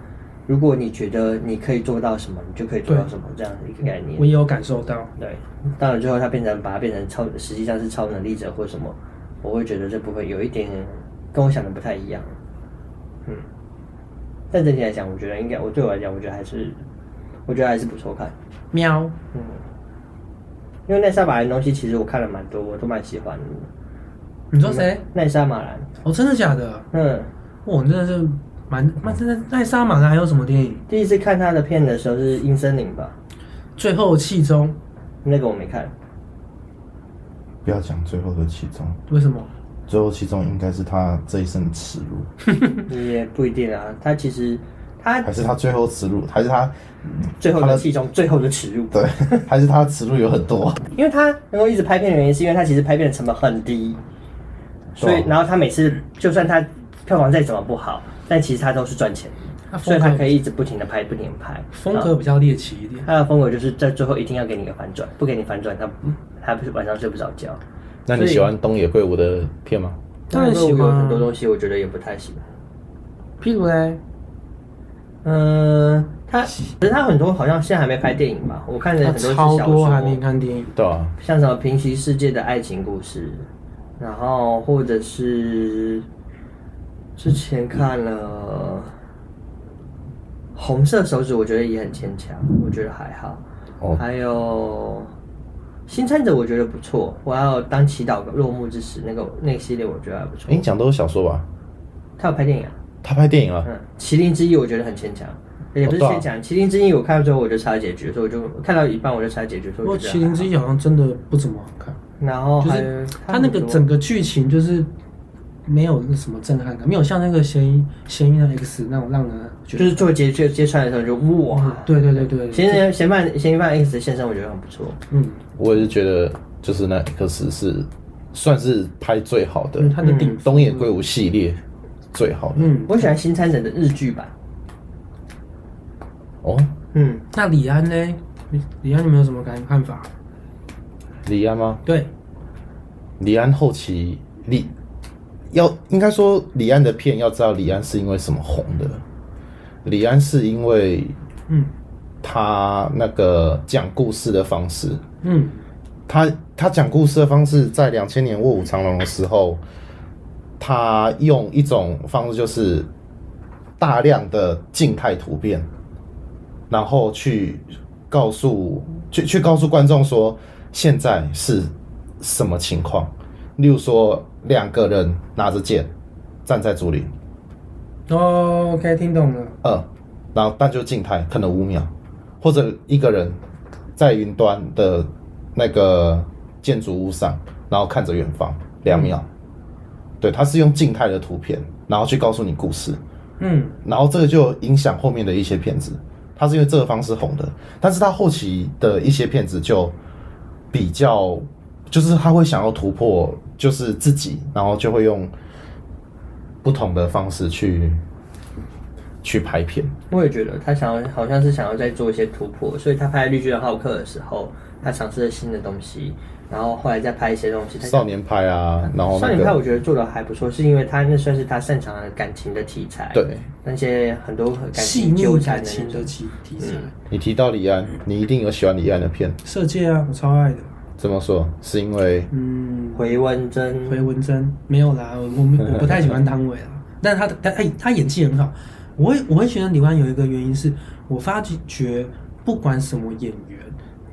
A: 如果你觉得你可以做到什么，你就可以做到什么这样的一个概念
C: 我。也有感受到。
A: 对，当然最后他变成把它变成超，实际上是超能力者或什么，我会觉得这部分有一点跟我想的不太一样。嗯，但整体来讲，我觉得应该，我对我来讲，我觉得还是，我觉得还是不错看。
C: 喵，
A: 嗯，因为奈莎马兰的东西其实我看了蛮多，我都蛮喜欢的。
C: 你说谁？
A: 奈莎马兰，
C: 哦，真的假的？
A: 嗯，
C: 我真的是蛮蛮真的。艾莎马兰还有什么电影？
A: 第一次看他的片的时候是《阴森林》吧，
C: 最后气中
A: 那个我没看。
E: 不要讲最后的其中，
C: 为什么？
E: 最后其中应该是他这一生的耻辱。
A: 也不一定啊，他其实他
E: 还是他最后耻辱，还是他
A: 最后
E: 他
A: 的
E: 的
A: 戏中最后的耻辱，
E: 对，还是他耻辱有很
B: 啊
E: 多。
A: 因为他能够一直拍片的原因，是因为他其实拍片的成本很低，所以
E: 对啊
A: 然后他每次就算他票房再怎么不好，但其实他都是赚钱
C: 他
A: 的，所以他
C: 风格
A: 可以一直不停的拍，不停的拍。嗯
C: 风
A: 啊
C: 格比较猎奇一点。
A: 他的风格就是在最后一定要给你一个反转，不给你反转，他他不是晚上睡不着觉。
B: 那你喜欢东野圭吾的片吗？
C: 当然喜欢
A: 那个我
C: 啊
A: 有很多东西，我觉得也不太行。
C: 譬如嘞，
A: 嗯，他可是他很多好像现在还没拍电影吧？我看了
C: 他
A: 很多是
C: 超
A: 小
C: 多还没
A: 说，
C: 看电影。
B: 对啊，
A: 像什么《平行世界的爱情故事》，然后或者是之前看了《红色手指》，我觉得也很牵强，我觉得还好。
B: 哦
A: 还有《新参者》，我觉得不错。我要当祈祷落幕之时，那个那个系列我觉得还不错。
B: 诶你讲都是小说吧？
A: 他有拍电影啊？
B: 他拍电影了，
A: 嗯，《麒麟之翼》我觉得很牵强，也不是
C: 哦啊
A: 牵强，麒麟之翼》我看到最后我就查结局，所以我就看到一半我就查结局，所
C: 不
A: 以我
C: 过《
A: 就
C: 麒麟之
A: 翼》。
C: 翼》好像真的不怎么好看，
A: 然后
C: 就
A: 啊哦还
C: 是
A: 他
C: 它那个整个剧情就是没有那什么震撼感，没有像那个嫌疑嫌疑人 X 那种让人觉
A: 就
C: 得
A: 是啊做结接接串的时候就哇，
C: 对对对对，
A: 嫌疑人嫌犯嫌疑犯 X 的现身我觉得很不错，
C: 嗯，
B: 我也是觉得就是那 X 是算是拍最好的，
C: 嗯它的顶峰
B: 东野圭吾系列最好的。
C: 嗯，
A: 我喜欢《新参者》的日剧版，
B: 哦，
A: 嗯，
C: 那李安呢？李李安，你们有什么感看法？
B: 李安吗？
C: 对，
B: 李安后期李要应该说李安的片要知道李安是因为什么红的，李安是因为
C: 嗯
B: 他那个讲故事的方式，
C: 嗯，
B: 他他讲故事的方式，在两千年《卧虎藏龙》的时候，他用一种方式就是大量的静态图片，然后去告诉去去告诉观众说现在是什么情况。例如说，两个人拿着剑站在竹林，
C: 哦，OK，听懂了，
B: 嗯，然后但就静态，可能五秒，或者一个人在云端的那个建筑物上，然后看着远方两秒。对，它是用静态的图片，然后去告诉你故事，
C: 嗯，
B: 然后这个就影响后面的一些片子。它是因为这个方式红的，但是它后期的一些片子就比较，就是他会想要突破，就是自己，然后就会用不同的方式去去拍片。
A: 我也觉得他想要好像是想要再做一些突破，所以他拍《绿巨人浩克》的时候，他尝试了新的东西，然后后来再拍一些东西，他想
B: 少年派
C: 嗯
B: 啊，然后
A: 少
B: 那
A: 年派我
B: 个
A: 觉得做的还不错，是因为他那算是他擅长的感情的题材，
B: 对，
A: 那些很多感
C: 嗯细
A: 情
C: 腻
A: 纠缠
C: 感
A: 的
C: 情
A: 那
C: 的
A: 种。嗯
C: 题题材，
B: 你提到李安，你一定有喜欢李安的片。
C: 色戒啊，我超爱的，
B: 怎么说？是因为
C: 嗯，
A: 回温真，
C: 回文珍没有啦，我我没我不太喜欢汤唯啦，但他他他他演技很好，我会我会觉得李安有一个原因是我发觉不管什么演员，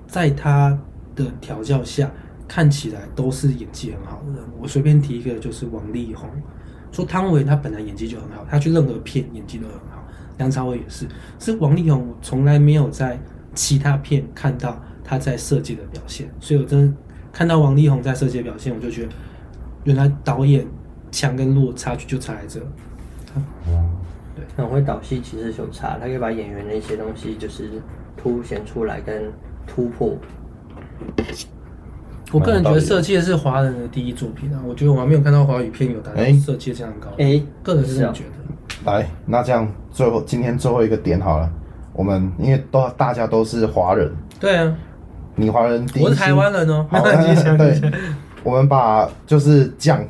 C: 在他的调教下，看起来都是演技很好的人。我随便提一个，就是王力宏，说汤唯她本来演技就很好，她去任何片演技都很好。梁朝伟也是，是王力宏，我从来没有在其他片看到他在设计的表现，所以我真的看到王力宏在设计的表现，我就觉得原来导演强跟弱差距就差在这。
A: 很会导戏其实是有差，他可以把演员的一些东西就是凸显出来跟突破。
C: 我个人觉得《色戒》是华人的第一作品啊，我觉得我还没有看到华语片有达到
F: 哎
C: 《色戒》这样高。
A: 哎
C: 个人是这
A: 是啊
C: 么觉得。
B: 来，那这样最后今天最后一个点好了，我们因为都大家都是华人，
C: 对啊，
B: 你华人第一
C: 我是
B: 心
C: 台湾人哦。
B: 好，啊
C: 你想
B: 对，我们把就是讲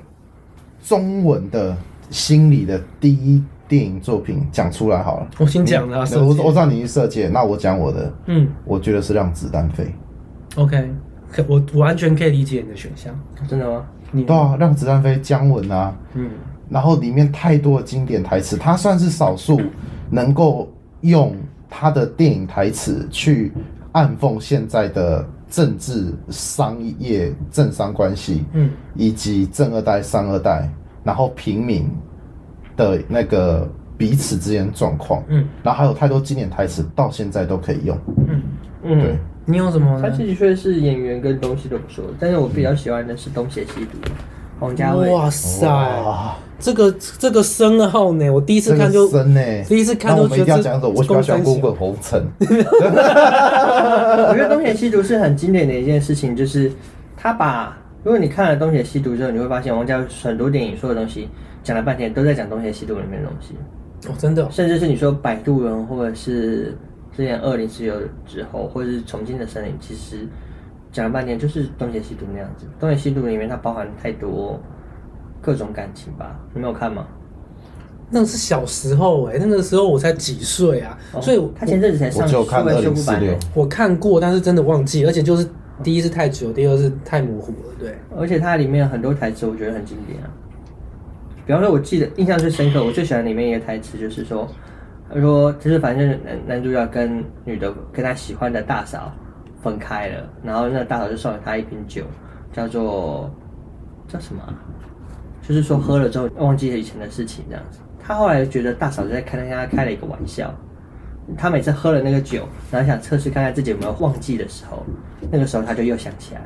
B: 中文的心理的第一电影作品讲出来好了。
C: 我先讲了啊，
B: 我
C: 色戒
B: 我知道你是色戒，那我讲我的，
C: 嗯
B: 我觉得是让子弹飞。
C: ，OK，可我我完全可以理解你的选项。
A: 啊真的吗？
C: 你
B: 对啊，让子弹飞，姜文啊，
C: 嗯，
B: 然后里面太多的经典台词，他算是少数能够用他的电影台词去暗讽现在的政治、商业、政商关系，
C: 嗯，
B: 以及正二代、三二代，然后平民的那个彼此之间的状况，
C: 嗯，
B: 然后还有太多经典台词到现在都可以用，对
A: 嗯，，
C: 你有什么
A: 他
C: 呢？
A: 的确是演员跟东西都不错，但是我比较喜欢的是《东邪西毒》，王家卫。
G: 哇塞，
B: 哇
G: 这个这个深奥呢，我第一次看就
B: 这个深呢、
G: 第一次看
B: 那
G: 都
B: 我们一
G: 觉
B: 定要
G: 得
B: 讲
G: 这
B: 说，我喜欢喜欢
G: 公
B: 郭
G: 三
B: 滚红尘，
A: 我觉得《东邪西毒》是很经典的一件事情，就是他把，如果你看了《东邪西毒》之后，你会发现王家卫很多电影说的东西讲了半天都在讲《东邪西毒》里面的东西，
G: 小哦，真的哦
A: 甚至是你说摆渡人，或者是之前《二零四六》之后，或者是《重庆的森林》，其实讲了半天就是《呃东邪西毒》那样子，《东邪西毒》里面它包含太多各种感情吧？你没有看吗？
G: 那是小时候哎、那个时候我才几岁啊，所以我
A: 他哦前阵子才上
B: 我
A: 数
B: 就看
A: 位
B: 二
A: 修
B: 零
A: 复
B: 四
A: 版
B: 六
A: 的。，
G: 我看过，但是真的忘记，而且就是第一是太久，第二是太模糊了，对。
A: 而且它里面很多台词我觉得很经典啊。比方说，我记得印象最深刻，我最喜欢里面一个台词就是说，他说就是反正男男主角跟女的跟他喜欢的大嫂分开了，然后那个大嫂就送了他一瓶酒，叫做叫什么啊、就是说喝了之后忘记了以前的事情这样子。他后来觉得大嫂在开跟他开了一个玩笑，他每次喝了那个酒，然后想测试看看自己有没有忘记的时候，那个时候他就又想起来。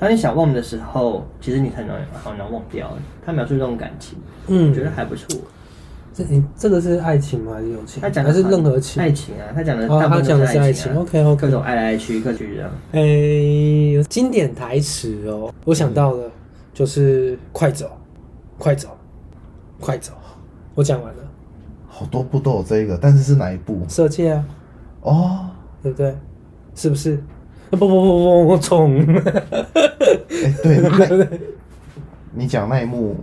A: 当你想忘的时候，其实你很容易好难忘掉。他描述这种感情，
G: 嗯
A: 我觉得还不错。
G: 这你这个是爱情吗？还是友情？
A: 他讲的
G: 还是
A: 很
G: 任何情？
A: 爱情啊，他讲的
G: 哦
A: 大部分
G: 他讲
A: 都
G: 的
A: 是
G: 是
A: 爱
G: 爱情
A: 情、啊。
G: ，OK，OK
A: 各种爱来爱去，各种这样。
G: 诶、哎经典台词哦，我想到了，就是快走，快走，快走。我讲完了，
B: 好多部都有这个，但是是哪一部？
G: 射箭啊，
B: 哦，
G: 对不对？是不是？不不不不，我 冲！
B: 哎、对，那你讲那一幕，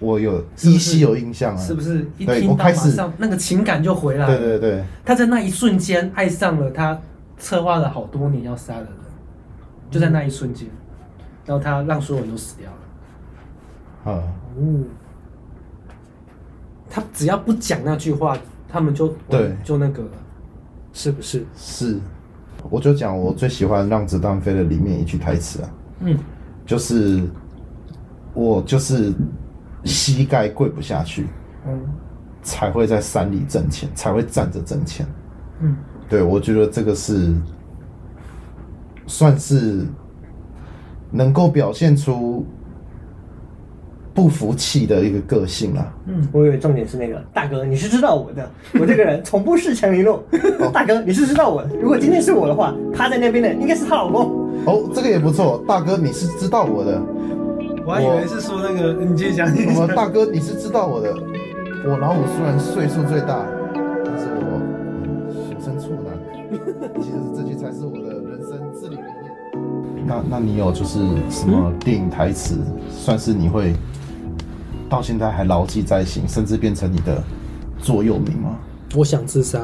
B: 我有
C: 不是
B: 依稀有印象啊，
C: 是不？是一
B: 对
C: 听
B: 我
C: 到
B: 开
C: 马
B: 始
C: 上那个情感就回来了？
B: 对对对，
C: 他在那一瞬间爱上了他策划了好多年要杀的人，就在那一瞬间，然后他让所有人都死掉了。
B: 嗯，
C: 哦他只要不讲那句话，他们就
B: 对
C: 就那个了。
G: 是不是？
B: 是，我就讲我最喜欢《让子弹飞》的里面一句台词啊，
C: 嗯，
B: 就是我就是膝盖跪不下去，
C: 嗯
B: 才会在山里挣钱，才会站着挣钱。
C: 嗯，
B: 对，我觉得这个是算是能够表现出不服气的一个个性啦、
A: 我以为重点是那个大哥，你是知道我的，我这个人从不恃强凌弱。 大哥，你是知道我的，如果今天是我的话，趴在那边的应该是她老公。
B: 哦，这个也不错，大哥你是知道我的，
C: 我还以为是说那个，你继续讲。你继续
B: 我
C: 讲
B: 们大哥你是知道我的，我老五虽然岁数最大，但是我嗯俗称处男，其实这句才是我的人生至理名言。那那你有就是什么电影台词，算是你会到现在还牢记在心，甚至变成你的座右铭吗？
G: 我想自杀。